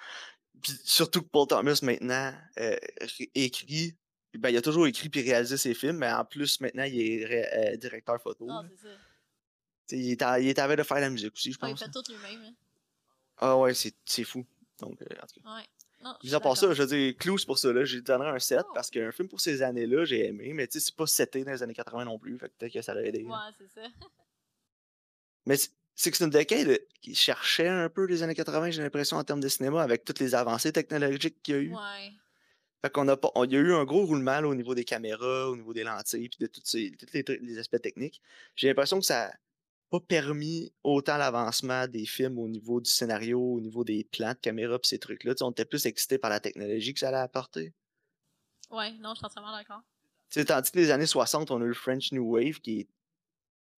Speaker 2: Puis surtout que Paul Thomas, maintenant, euh, ré- écrit, ben, il a toujours écrit puis réalisé ses films, mais en plus, maintenant, il est ré- euh, directeur photo.
Speaker 1: Non,
Speaker 2: là.
Speaker 1: c'est ça.
Speaker 2: Tu sais, il, est à- il est à la veille de faire la musique aussi, je
Speaker 1: Ouais, il
Speaker 2: pense.
Speaker 1: fait tout lui-même. hein.
Speaker 2: Ah ouais, c'est c'est fou. Donc, euh, en tout cas.
Speaker 1: Ouais. Non, je
Speaker 2: Mis
Speaker 1: suis
Speaker 2: à part ça,
Speaker 1: Ah, d'accord.
Speaker 2: je veux dire, Clues pour ça, là, j'ai donné un 7
Speaker 1: Oh.
Speaker 2: parce qu'un film pour ces années-là, j'ai aimé, mais tu sais, c'est pas 7 dans les années 80 non plus, fait que peut-être que ça l'a aidé. là.
Speaker 1: Ouais, c'est ça.
Speaker 2: Mais c- Six Nine Decade, euh, qui cherchait un peu les années 80, j'ai l'impression, en termes de cinéma, avec toutes les avancées technologiques qu'il y a eu.
Speaker 1: Ouais.
Speaker 2: Fait qu'on a pas, on- il y a eu un gros roulement là, au niveau des caméras, au niveau des lentilles, puis de tous ces, tous les, trucs- les aspects techniques. J'ai l'impression que ça n'a pas permis autant l'avancement des films au niveau du scénario, au niveau des plans de caméra, puis ces trucs-là. Tu sais, on était plus excités par la technologie que ça allait apporter.
Speaker 1: Ouais, non, je suis entièrement d'accord.
Speaker 2: Tu sais, tandis que les années 60, on a eu le French New Wave qui, est-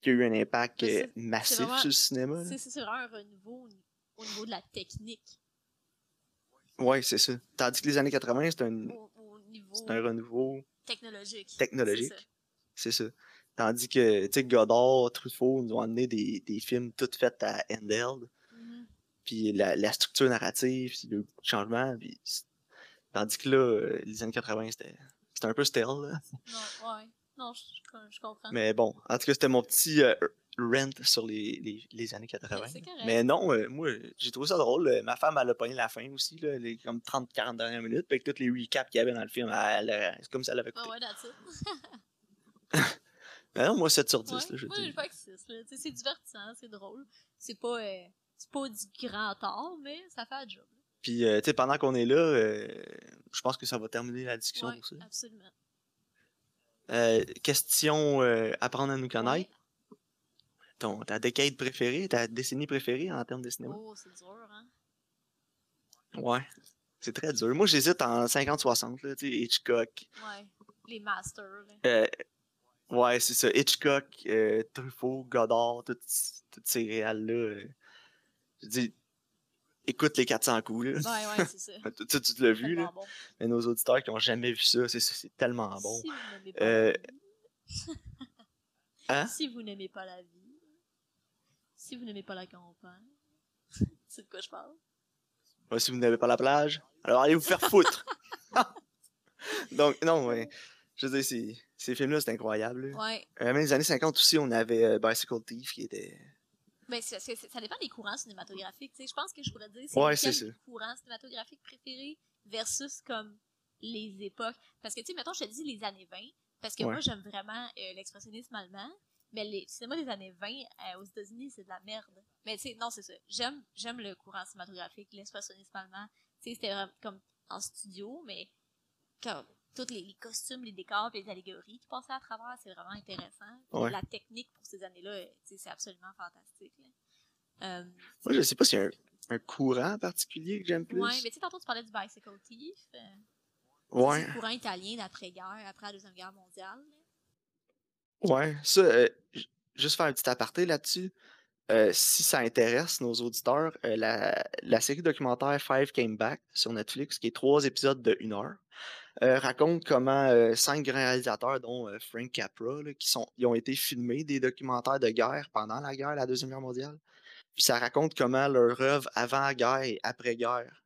Speaker 2: qui a eu un impact
Speaker 1: Mais c'est-
Speaker 2: euh, massif
Speaker 1: vraiment-
Speaker 2: sur le cinéma.
Speaker 1: C'est c'est vraiment un renouveau au ni- au niveau de la technique,
Speaker 2: Oui, c'est ça. Tandis que les années 80, c'est un,
Speaker 1: au, au niveau
Speaker 2: c'est un renouveau
Speaker 1: technologique.
Speaker 2: technologique.
Speaker 1: C'est ça.
Speaker 2: C'est ça. Tandis que, tu sais, Godard, Truffaut nous ont amené des, des films tout faits à Endeld.
Speaker 1: Mhm.
Speaker 2: Puis la, la structure narrative, puis le changement. Puis... c'est- Tandis que là, euh, les années 80, c'était c'était un peu stale. là.
Speaker 1: Non, ouais. Non, je, je- je comprends.
Speaker 2: Mais bon, en tout cas, c'était mon petit euh, rant sur les, les, les années 80.
Speaker 1: C'est correct.
Speaker 2: Mais non, euh, moi, j'ai trouvé ça drôle. euh, Ma femme, elle a pogné la fin aussi, là, les comme 30-40 dernières minutes. Puis avec tous les recaps qu'il y avait dans le film, elle, euh, c'est comme ça, elle avait
Speaker 1: Ah
Speaker 2: écouté.
Speaker 1: ouais, that's it.
Speaker 2: Mais non, Hein, moi, 7 sur 10,
Speaker 1: Ouais.
Speaker 2: là, je
Speaker 1: Moi,
Speaker 2: dis.
Speaker 1: je pas que six, là. Tu sais, C'est divertissant, c'est drôle. C'est pas, euh, c'est pas du grand art, mais ça fait un job.
Speaker 2: Puis, euh, tu sais, pendant qu'on est là, euh, je pense que ça va terminer la discussion
Speaker 1: Ouais,
Speaker 2: pour ça.
Speaker 1: absolument.
Speaker 2: Euh, question euh, apprendre à nous connaître.
Speaker 1: Ouais.
Speaker 2: Ton, ta décade préférée, ta décennie préférée en termes de cinéma?
Speaker 1: Oh, c'est dur, hein? Oh.
Speaker 2: Ouais. C'est très dur. Moi, j'hésite en 50-60, là, tu sais, Hitchcock.
Speaker 1: Ouais. Les masters, là.
Speaker 2: euh, ouais, c'est ça. Hitchcock, euh, Truffaut, Godard, toutes toutes ces réals-là. euh, je dis, écoute les 400 coups, là.
Speaker 1: Ouais, ouais, c'est ça.
Speaker 2: Tu, tu- tu l'as vu,
Speaker 1: Tellement
Speaker 2: là.
Speaker 1: bon.
Speaker 2: Mais nos auditeurs qui ont jamais vu ça, c'est- c'est tellement Ah bon.
Speaker 1: Si vous n'aimez pas
Speaker 2: Euh,
Speaker 1: la vie.
Speaker 2: Hein?
Speaker 1: Si vous n'aimez pas la vie. Si vous n'aimez pas la campagne. c'est de quoi je parle.
Speaker 2: Ouais, si vous n'avez pas la plage, alors allez vous faire foutre. Donc, non, mais je veux dire, ces, ces films-là, c'est incroyable. là.
Speaker 1: Ouais.
Speaker 2: Euh, même les années 50 aussi, on avait euh, Bicycle Thief qui était.
Speaker 1: Mais Ben, c'est parce que c'est- ça dépend des courants cinématographiques. tu sais. Je pense que je pourrais dire
Speaker 2: Ouais,
Speaker 1: c'est
Speaker 2: c'est
Speaker 1: quel courant cinématographique préféré versus comme les époques. Parce que, tu sais, mettons, je te dis les années 20, parce que
Speaker 2: Ouais.
Speaker 1: moi, j'aime vraiment euh, l'expressionnisme allemand, mais les- le cinéma des années 20 euh, aux États-Unis, c'est de la merde. Mais tu sais, non, c'est ça. J'aime, j'aime le courant cinématographique, l'expressionnisme allemand. Tu sais, c'était vraiment comme en studio, mais comme tous les, les costumes, les décors, puis les allégories qui passaient à travers, c'est vraiment intéressant. Puis
Speaker 2: Ouais.
Speaker 1: La technique pour ces années-là, euh, tu sais, c'est absolument fantastique. là. Euh,
Speaker 2: Moi, je sais pas s'il y a un, un courant particulier que j'aime plus.
Speaker 1: ouais, mais tu sais, tantôt tu parlais du Bicycle Thief, euh,
Speaker 2: ouais,
Speaker 1: du courant italien d'après-guerre, après la Deuxième Guerre mondiale. là.
Speaker 2: ouais. Ça, euh, j- juste faire un petit aparté là-dessus. Euh, si ça intéresse nos auditeurs, euh, la, la série documentaire Five Came Back sur Netflix, qui est trois épisodes de une heure, euh, raconte comment euh, cinq grands réalisateurs, dont euh, Frank Capra, là, qui sont, ils ont été filmés des documentaires de guerre pendant la guerre, la Deuxième Guerre mondiale. Puis ça raconte comment leur œuvre avant la guerre et après guerre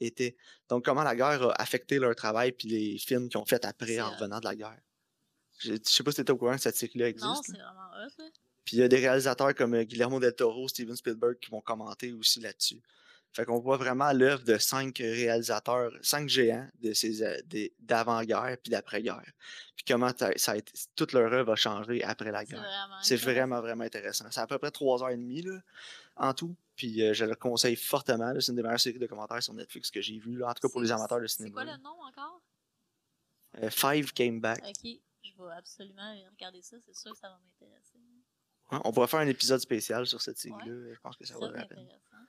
Speaker 2: était. Donc comment la guerre a affecté leur travail puis les films qu'ils ont fait après
Speaker 1: C'est
Speaker 2: en
Speaker 1: hot.
Speaker 2: revenant de la guerre. Je, je sais pas si t'étais au courant que cette série-là existe.
Speaker 1: Non,
Speaker 2: là.
Speaker 1: c'est vraiment hot, là.
Speaker 2: Puis il y a des réalisateurs comme euh, Guillermo del Toro, Steven Spielberg qui vont commenter aussi là-dessus. Fait qu'on voit vraiment l'œuvre de cinq réalisateurs, cinq géants de ces euh, des- d'avant-guerre puis d'après-guerre. Puis comment t'as- ça a été- toute leur œuvre a changé après la
Speaker 1: C'est
Speaker 2: guerre.
Speaker 1: vraiment.
Speaker 2: C'est
Speaker 1: intéressant.
Speaker 2: vraiment, vraiment intéressant. C'est à peu près trois heures et demie là, en tout. Puis euh, je le conseille fortement. là. C'est une des meilleures séries de commentaires sur Netflix que j'ai vues, là, en tout cas pour
Speaker 1: C'est-
Speaker 2: les amateurs de
Speaker 1: C'est quoi
Speaker 2: cinéma.
Speaker 1: le nom encore?
Speaker 2: là. Euh, Five Came Back.
Speaker 1: Ok, je vais absolument regarder ça, c'est sûr que ça va m'intéresser.
Speaker 2: Hein, On pourrait faire un épisode spécial sur cette
Speaker 1: Ouais.
Speaker 2: série-là. Je pense que ça
Speaker 1: Ça
Speaker 2: vaut la peine.
Speaker 1: m'intéresse. hein.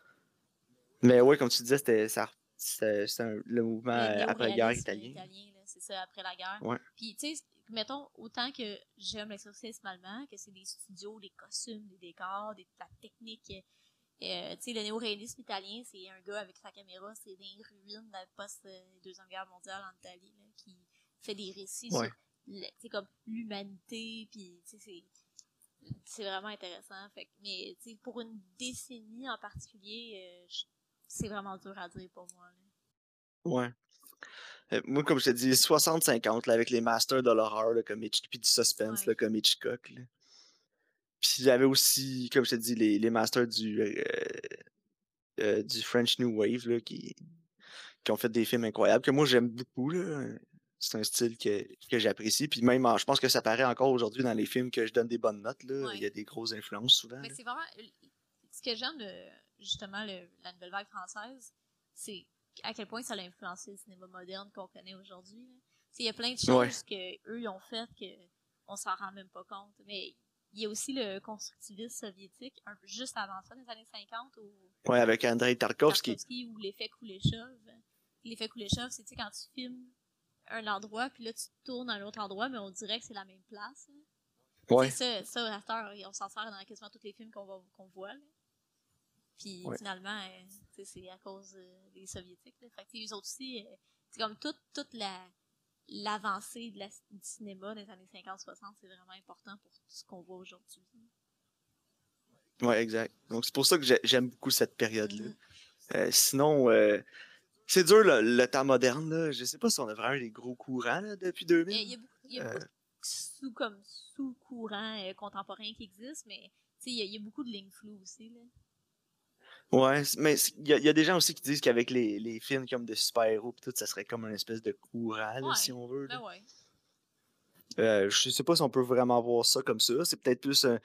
Speaker 2: Mais oui, comme tu disais, c'était ça- c'était- c'était un- le mouvement
Speaker 1: Le
Speaker 2: euh, après-guerre
Speaker 1: néo-réalisme
Speaker 2: italien.
Speaker 1: là, c'est ça, après la guerre.
Speaker 2: Ouais.
Speaker 1: Puis, tu sais, mettons, autant que j'aime l'exorcisme allemand, que c'est des studios, des costumes, des décors, des, la technique. euh, tu sais, le néo-réalisme italien, c'est un gars avec sa caméra, c'est des ruines de la post-deuxième guerre mondiale en Italie, là, qui fait des récits
Speaker 2: Ouais.
Speaker 1: sur le- tu sais, comme l'humanité, puis, tu sais, c'est. C'est vraiment intéressant. Fait, que- mais tu sais, pour une décennie en particulier, euh, je- c'est vraiment dur à dire pour moi. là.
Speaker 2: Ouais. Euh, moi, comme je te dis, 60-50, là, avec les masters de l'horreur, là, comme Hitch- puis du suspense,
Speaker 1: Ouais.
Speaker 2: là, comme Hitchcock. là. Puis il y avait aussi, comme je te dis, les, les masters du, euh, euh, du French New Wave, là, qui, qui ont fait des films incroyables, que moi, j'aime beaucoup, là. C'est un style que, que j'apprécie. Puis même, en- je pense que ça paraît encore aujourd'hui dans les films que je donne des bonnes notes, là.
Speaker 1: Ouais.
Speaker 2: Il y a des grosses influences souvent.
Speaker 1: Mais
Speaker 2: là.
Speaker 1: c'est vraiment. euh, que j'aime, de, justement, le- la nouvelle vague française, c'est à quel point ça a influencé le cinéma moderne qu'on connaît aujourd'hui. là. Tu sais, Il y a plein de
Speaker 2: Ouais.
Speaker 1: choses que eux ils ont faites qu'on s'en rend même pas compte. Mais il y a aussi le constructivisme soviétique, un peu juste avant ça, des années 50, où
Speaker 2: Ouais, avec Andrei Tarkovsky.
Speaker 1: Tarkovsky ou l'effet Kuleshov. L'effet Kuleshov, c'est tu sais, quand tu filmes un endroit, puis là, tu tournes à l'autre endroit, mais on dirait que c'est la même place. là.
Speaker 2: Ouais.
Speaker 1: C'est ça, ça, à cette heure, on s'en sert dans quasiment tous les films qu'on va- qu'on voit. là. Puis
Speaker 2: Ouais.
Speaker 1: finalement, euh, tu sais, c'est à cause euh, des Soviétiques. Là. Fait que, tu sais, eux autres aussi, euh, c'est comme toute, toute la l'avancée de la, du cinéma des années 50-60, c'est vraiment important pour tout ce qu'on voit aujourd'hui.
Speaker 2: Ouais, exact. Donc, c'est pour ça que j'ai- j'aime beaucoup cette période-là.
Speaker 1: Mhm.
Speaker 2: Euh, sinon, euh, c'est dur le, le temps moderne. Là. Je sais pas si on a vraiment eu des gros courants là, depuis
Speaker 1: Il y a-
Speaker 2: 2000.
Speaker 1: il y a beaucoup, il y a beaucoup de sous, comme sous-courants euh, contemporains qui existent, mais tu sais, il y, a- il y a beaucoup de lignes floues aussi. Là.
Speaker 2: Ouais, c- mais c- il y, a- il y a des gens aussi qui disent qu'avec les, les films comme de super-héros pis tout, ça serait comme une espèce de courant, là,
Speaker 1: Ouais.
Speaker 2: si on veut. là.
Speaker 1: Ben ouais.
Speaker 2: Euh, je sais pas si on peut vraiment voir ça comme ça. C'est peut-être plus un-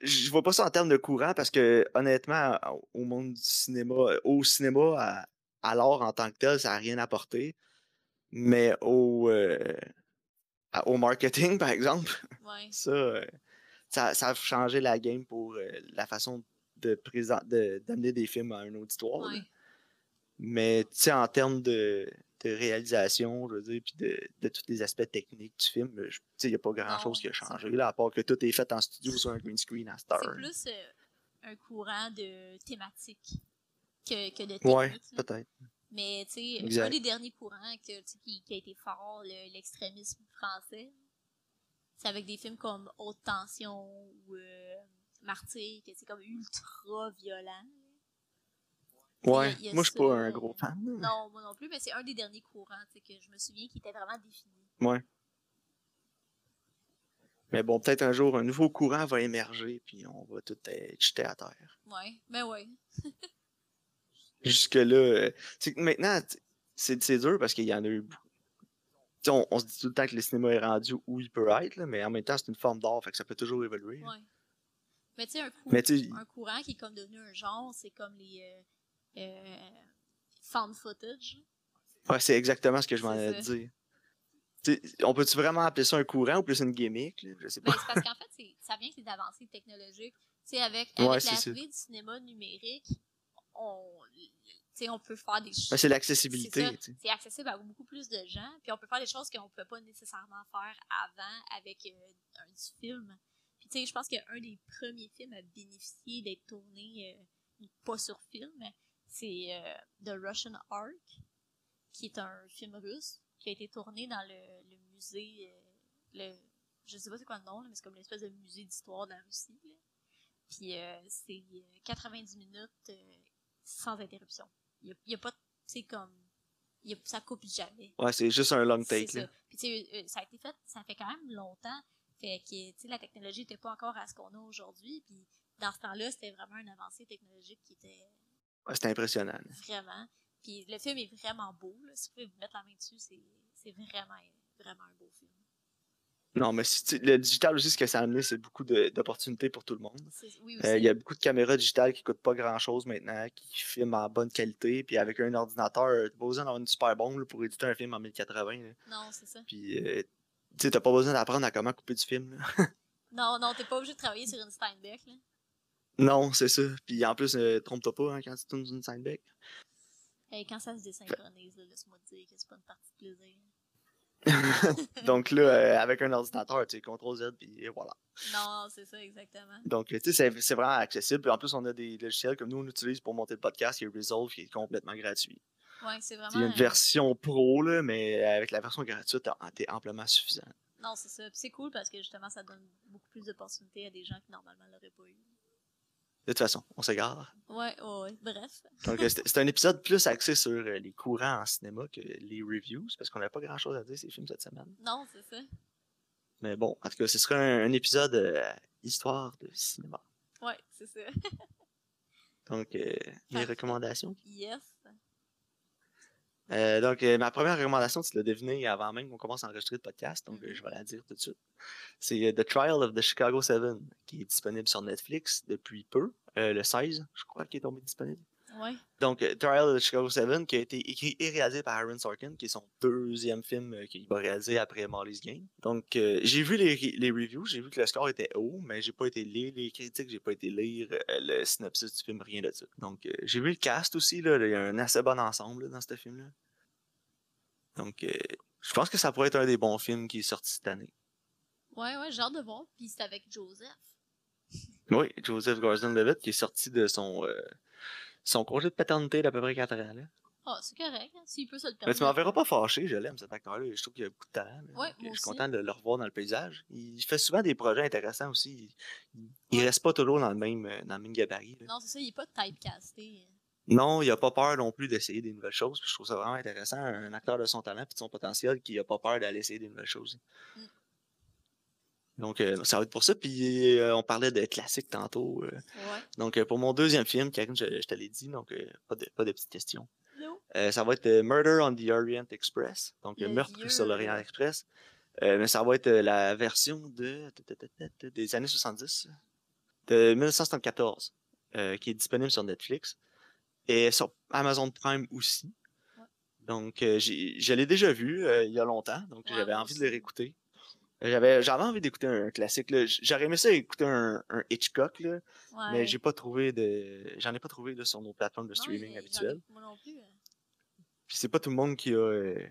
Speaker 2: Je vois pas ça en termes de courant parce que honnêtement, au- au monde du cinéma, euh, au cinéma, à, à l'art en tant que tel, ça n'a rien apporté. Mais au, euh, à- au marketing, par exemple,
Speaker 1: ouais.
Speaker 2: ça, euh, ça, ça a changé la game pour euh, la façon de présent- de- d'amener des films à un auditoire. là.
Speaker 1: ouais.
Speaker 2: Mais tu sais, en termes de, de réalisation, je veux dire, puis de, de tous les aspects techniques du film, euh, je- tu sais, il n'y a pas grand-chose
Speaker 1: Non,
Speaker 2: qui a
Speaker 1: c'est
Speaker 2: changé, là, à part que tout est fait en studio sur un green screen à Star.
Speaker 1: C'est plus euh, un courant de thématique que, que de technique.
Speaker 2: Ouais,
Speaker 1: là.
Speaker 2: peut-être.
Speaker 1: Mais tu sais,
Speaker 2: Exact.
Speaker 1: un des derniers courants que, tu sais, qui, qui a été fort, le- l'extrémisme français, c'est avec des films comme Haute Tension ou euh, Martyr, que c'est comme ultra violent. il y a-
Speaker 2: Ouais,
Speaker 1: il y a
Speaker 2: moi, je suis
Speaker 1: ça,
Speaker 2: pas un
Speaker 1: euh,
Speaker 2: gros fan. là.
Speaker 1: Non, moi non plus, mais c'est un des derniers courants tu sais, que je me souviens qui était vraiment défini.
Speaker 2: Mais bon, peut-être un jour, un nouveau courant va émerger, puis on va tout être jeté à terre.
Speaker 1: Ouais, mais ouais.
Speaker 2: Jusque-là, euh, tu sais, maintenant, tu- c'est c'est dur parce qu'il y en a eu beaucoup. Tu sais, On, on se dit tout le temps que le cinéma est rendu où il peut être, là, mais en même temps, c'est une forme d'art, fait que ça peut toujours évoluer. là.
Speaker 1: Ouais. Mais tu sais, un, cou-
Speaker 2: Mais tu sais,
Speaker 1: un courant qui est comme devenu un genre, c'est comme les euh, euh, found footage.
Speaker 2: Ouais, c'est exactement ce que je m'en
Speaker 1: C'est
Speaker 2: allais
Speaker 1: ça.
Speaker 2: dire. T'sais, on peut-tu vraiment appeler ça un courant ou plus une gimmick? là? Je sais
Speaker 1: Ben,
Speaker 2: pas.
Speaker 1: c'est parce qu'en fait, c'est- ça vient avec les avancées technologiques. Tu sais, avec,
Speaker 2: Ouais,
Speaker 1: avec
Speaker 2: c'est
Speaker 1: l'arrivée du cinéma numérique, on, tu sais, on peut faire des
Speaker 2: Ben,
Speaker 1: choses.
Speaker 2: c'est l'accessibilité.
Speaker 1: ça.
Speaker 2: t'sais.
Speaker 1: C'est accessible à beaucoup plus de gens, puis on peut faire des choses qu'on ne pouvait pas nécessairement faire avant avec euh, un, du film. Puis tu sais, je pense qu'un des premiers films à bénéficier d'être tourné euh, pas sur film, c'est euh, The Russian Ark, qui est un film russe qui a été tourné dans le, le musée, euh, le, je sais pas c'est quoi le nom, là, mais c'est comme l'espèce de musée d'histoire de la Russie. là. Puis euh, c'est euh, 90 minutes euh, sans interruption. Il n'y a, pas, de- c'est comme, il y a- ça coupe jamais.
Speaker 2: Ouais, c'est juste un long
Speaker 1: C'est
Speaker 2: take.
Speaker 1: ça.
Speaker 2: là.
Speaker 1: Puis, tu sais, euh, ça a été fait, ça fait quand même longtemps. Fait que, tu sais, la technologie n'était pas encore à ce qu'on a aujourd'hui. Puis, dans ce temps-là, c'était vraiment une avancée technologique qui était
Speaker 2: Ouais, c'est impressionnant. là.
Speaker 1: vraiment. Puis, le film est vraiment beau. là. Si vous pouvez vous mettre la main dessus, c'est c'est vraiment, vraiment un beau film.
Speaker 2: Non, mais si tu- le digital aussi, ce que ça a amené, c'est beaucoup de- d'opportunités pour tout le monde.
Speaker 1: C'est- Oui, aussi.
Speaker 2: Euh, Il y a beaucoup de caméras digitales qui coûtent pas grand-chose maintenant, qui filment en bonne qualité. Puis avec un ordinateur, euh, t'as pas besoin d'avoir une super bombe là, pour éditer un film en 1080. là.
Speaker 1: Non, c'est ça.
Speaker 2: Puis euh, t'sais, t'as pas besoin d'apprendre à comment couper du film. là.
Speaker 1: Non, non, t'es pas obligé de travailler sur une Steinbeck, là.
Speaker 2: Non, c'est ça. Puis en plus, euh, trompe-toi pas hein, quand tu tournes une sideback.
Speaker 1: Hey, quand ça se désynchronise, là, laisse-moi te dire que c'est pas une partie de plaisir.
Speaker 2: Donc là, euh, avec un ordinateur, tu sais, CTRL-Z, puis voilà.
Speaker 1: Non, c'est ça, exactement.
Speaker 2: Donc, euh, tu sais, c'est- c'est vraiment accessible. Puis en plus, on a des logiciels comme nous, on utilise pour monter le podcast, qui est Resolve, qui est complètement gratuit.
Speaker 1: Ouais, c'est vraiment.
Speaker 2: Il y a une
Speaker 1: euh,
Speaker 2: version pro, là, mais euh, avec la version gratuite, t'as- ah, t'es amplement suffisant.
Speaker 1: Non, c'est ça. Puis c'est cool parce que justement, ça donne beaucoup plus d'opportunités à des gens qui normalement l'auraient pas eu.
Speaker 2: De toute façon, on s'égare.
Speaker 1: Ouais, ouais, ouais. Bref.
Speaker 2: Donc, euh, c'est c'est un épisode plus axé sur euh, les courants en cinéma que les reviews, parce qu'on n'a pas grand-chose à dire ces films cette semaine.
Speaker 1: Non, c'est ça.
Speaker 2: Mais bon, en tout cas, ce sera un, un épisode euh, histoire de cinéma.
Speaker 1: Ouais, c'est ça.
Speaker 2: Donc, euh, mes
Speaker 1: Parfait.
Speaker 2: recommandations.
Speaker 1: Yes.
Speaker 2: Euh, donc, euh, ma première recommandation, tu l'as deviné avant même qu'on commence à enregistrer le podcast, donc euh, je vais la dire tout de suite. C'est euh, The Trial of the Chicago Seven, qui est disponible sur Netflix depuis peu, euh, le 16, je crois, qui est tombé disponible.
Speaker 1: Ouais.
Speaker 2: Donc, euh, Trial of the Chicago Seven, qui a été écrit et réalisé par Aaron Sorkin, qui est son deuxième film euh, qu'il va réaliser après Molly's Game. Donc, euh, j'ai vu les, re- les reviews, j'ai vu que le score était haut, mais j'ai pas été lire les critiques, j'ai pas été lire euh, le synopsis du film, rien de ça. Donc, euh, j'ai vu le cast aussi, là, il y a un assez bon ensemble là, dans ce film-là. Donc, euh, je pense que ça pourrait être un des bons films qui est sorti cette année.
Speaker 1: Ouais, ouais, j'ai hâte de voir. Puis c'est avec Joseph.
Speaker 2: Oui, Joseph Gordon-Levitt, qui est sorti de son, euh, son congé de paternité d'à peu près 4 ans. Là.
Speaker 1: Ah, c'est correct, hein, s'il peut se le permettre.
Speaker 2: Mais Ben, tu m'en verras pas fâché, je l'aime cet acteur-là. Je trouve qu'il a beaucoup de talent.
Speaker 1: Ouais,
Speaker 2: là. Donc,
Speaker 1: moi
Speaker 2: je
Speaker 1: aussi.
Speaker 2: suis content de le revoir dans le paysage. Il fait souvent des projets intéressants aussi. Il, il reste pas toujours dans le même, euh, dans le même gabarit. là.
Speaker 1: Non, c'est ça, il est pas typecasté.
Speaker 2: Non, il a pas peur non plus d'essayer des nouvelles choses. puis je trouve ça vraiment intéressant. Un acteur de son talent et de son potentiel qui a pas peur d'aller essayer des nouvelles choses.
Speaker 1: Mm.
Speaker 2: Donc, euh, ça va être pour ça. Puis, euh, on parlait de classique tantôt. euh.
Speaker 1: Ouais.
Speaker 2: Donc, euh, pour mon deuxième film, Karine, je, je te l'ai dit, donc euh, pas, de, pas de petites questions.
Speaker 1: Non.
Speaker 2: Euh, ça va être euh, Murder on the Orient Express, donc euh,
Speaker 1: Le
Speaker 2: Meurtre
Speaker 1: vieux.
Speaker 2: sur l'Orient Express. Euh, mais ça va être euh, la version de, de- de- de- de- des années 70, de 1974, euh, qui est disponible sur Netflix et sur Amazon Prime aussi.
Speaker 1: Ouais.
Speaker 2: Donc, euh, j'ai- je l'ai déjà vu euh, il y a longtemps, donc
Speaker 1: Ouais,
Speaker 2: j'avais
Speaker 1: moi
Speaker 2: envie de le
Speaker 1: aussi.
Speaker 2: réécouter. Euh, J'avais j'avais envie d'écouter un classique. là. J- J'aurais aimé ça écouter un, un Hitchcock, là,
Speaker 1: Ouais.
Speaker 2: mais j'ai pas trouvé de. J'en ai pas trouvé là, sur nos plateformes de
Speaker 1: Non,
Speaker 2: streaming
Speaker 1: mais j'en ai-
Speaker 2: habituelles.
Speaker 1: Moi non plus. hein.
Speaker 2: Puis c'est pas tout le monde qui a, euh,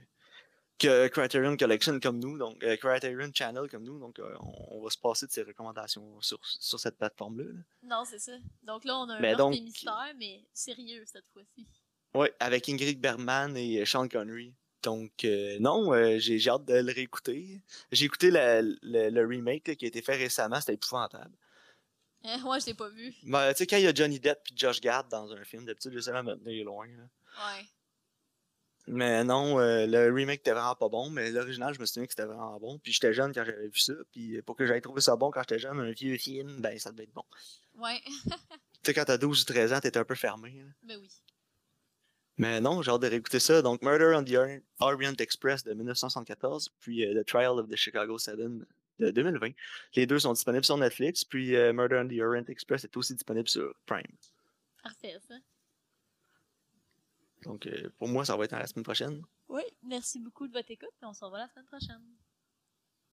Speaker 2: qui a Criterion Collection comme nous, donc euh, Criterion Channel comme nous, donc euh, on, on va se passer de ces recommandations sur, sur cette plateforme-là. là.
Speaker 1: Non, c'est ça. Donc là, on a un
Speaker 2: Mais
Speaker 1: meurtre
Speaker 2: donc-
Speaker 1: et mystère, mais sérieux cette fois-ci.
Speaker 2: Ouais, avec Ingrid Bergman et euh, Sean Connery. Donc euh, non, euh, j'ai j'ai hâte de le réécouter. J'ai écouté la- le, le remake là, qui a été fait récemment, c'était épouvantable.
Speaker 1: Hein, ouais, je l'ai pas vu.
Speaker 2: Mais, tu sais, quand il y a Johnny Depp et Josh Gad dans un film, d'habitude, j'essaie de me tenir loin. là.
Speaker 1: Ouais.
Speaker 2: Mais non, euh, le remake était vraiment pas bon, mais l'original, je me souviens que c'était vraiment bon. Puis j'étais jeune quand j'avais vu ça, puis pour que j'aille trouvé ça bon quand j'étais jeune, un vieux film, ben ça devait être bon.
Speaker 1: Ouais.
Speaker 2: Tu sais, quand t'as 12 ou 13 ans, t'es un peu fermé. là.
Speaker 1: Mais oui.
Speaker 2: Mais non, j'ai hâte de réécouter ça. Donc Murder on the Orient- Orient Express de 1974, puis euh, The Trial of the Chicago Seven de 2020. Les deux sont disponibles sur Netflix, puis euh, Murder on the Orient Express est aussi disponible sur Prime.
Speaker 1: Parfait, ça.
Speaker 2: Donc euh, pour moi, ça va être à la semaine prochaine.
Speaker 1: Oui. Merci beaucoup de votre écoute, puis on se revoit la semaine prochaine.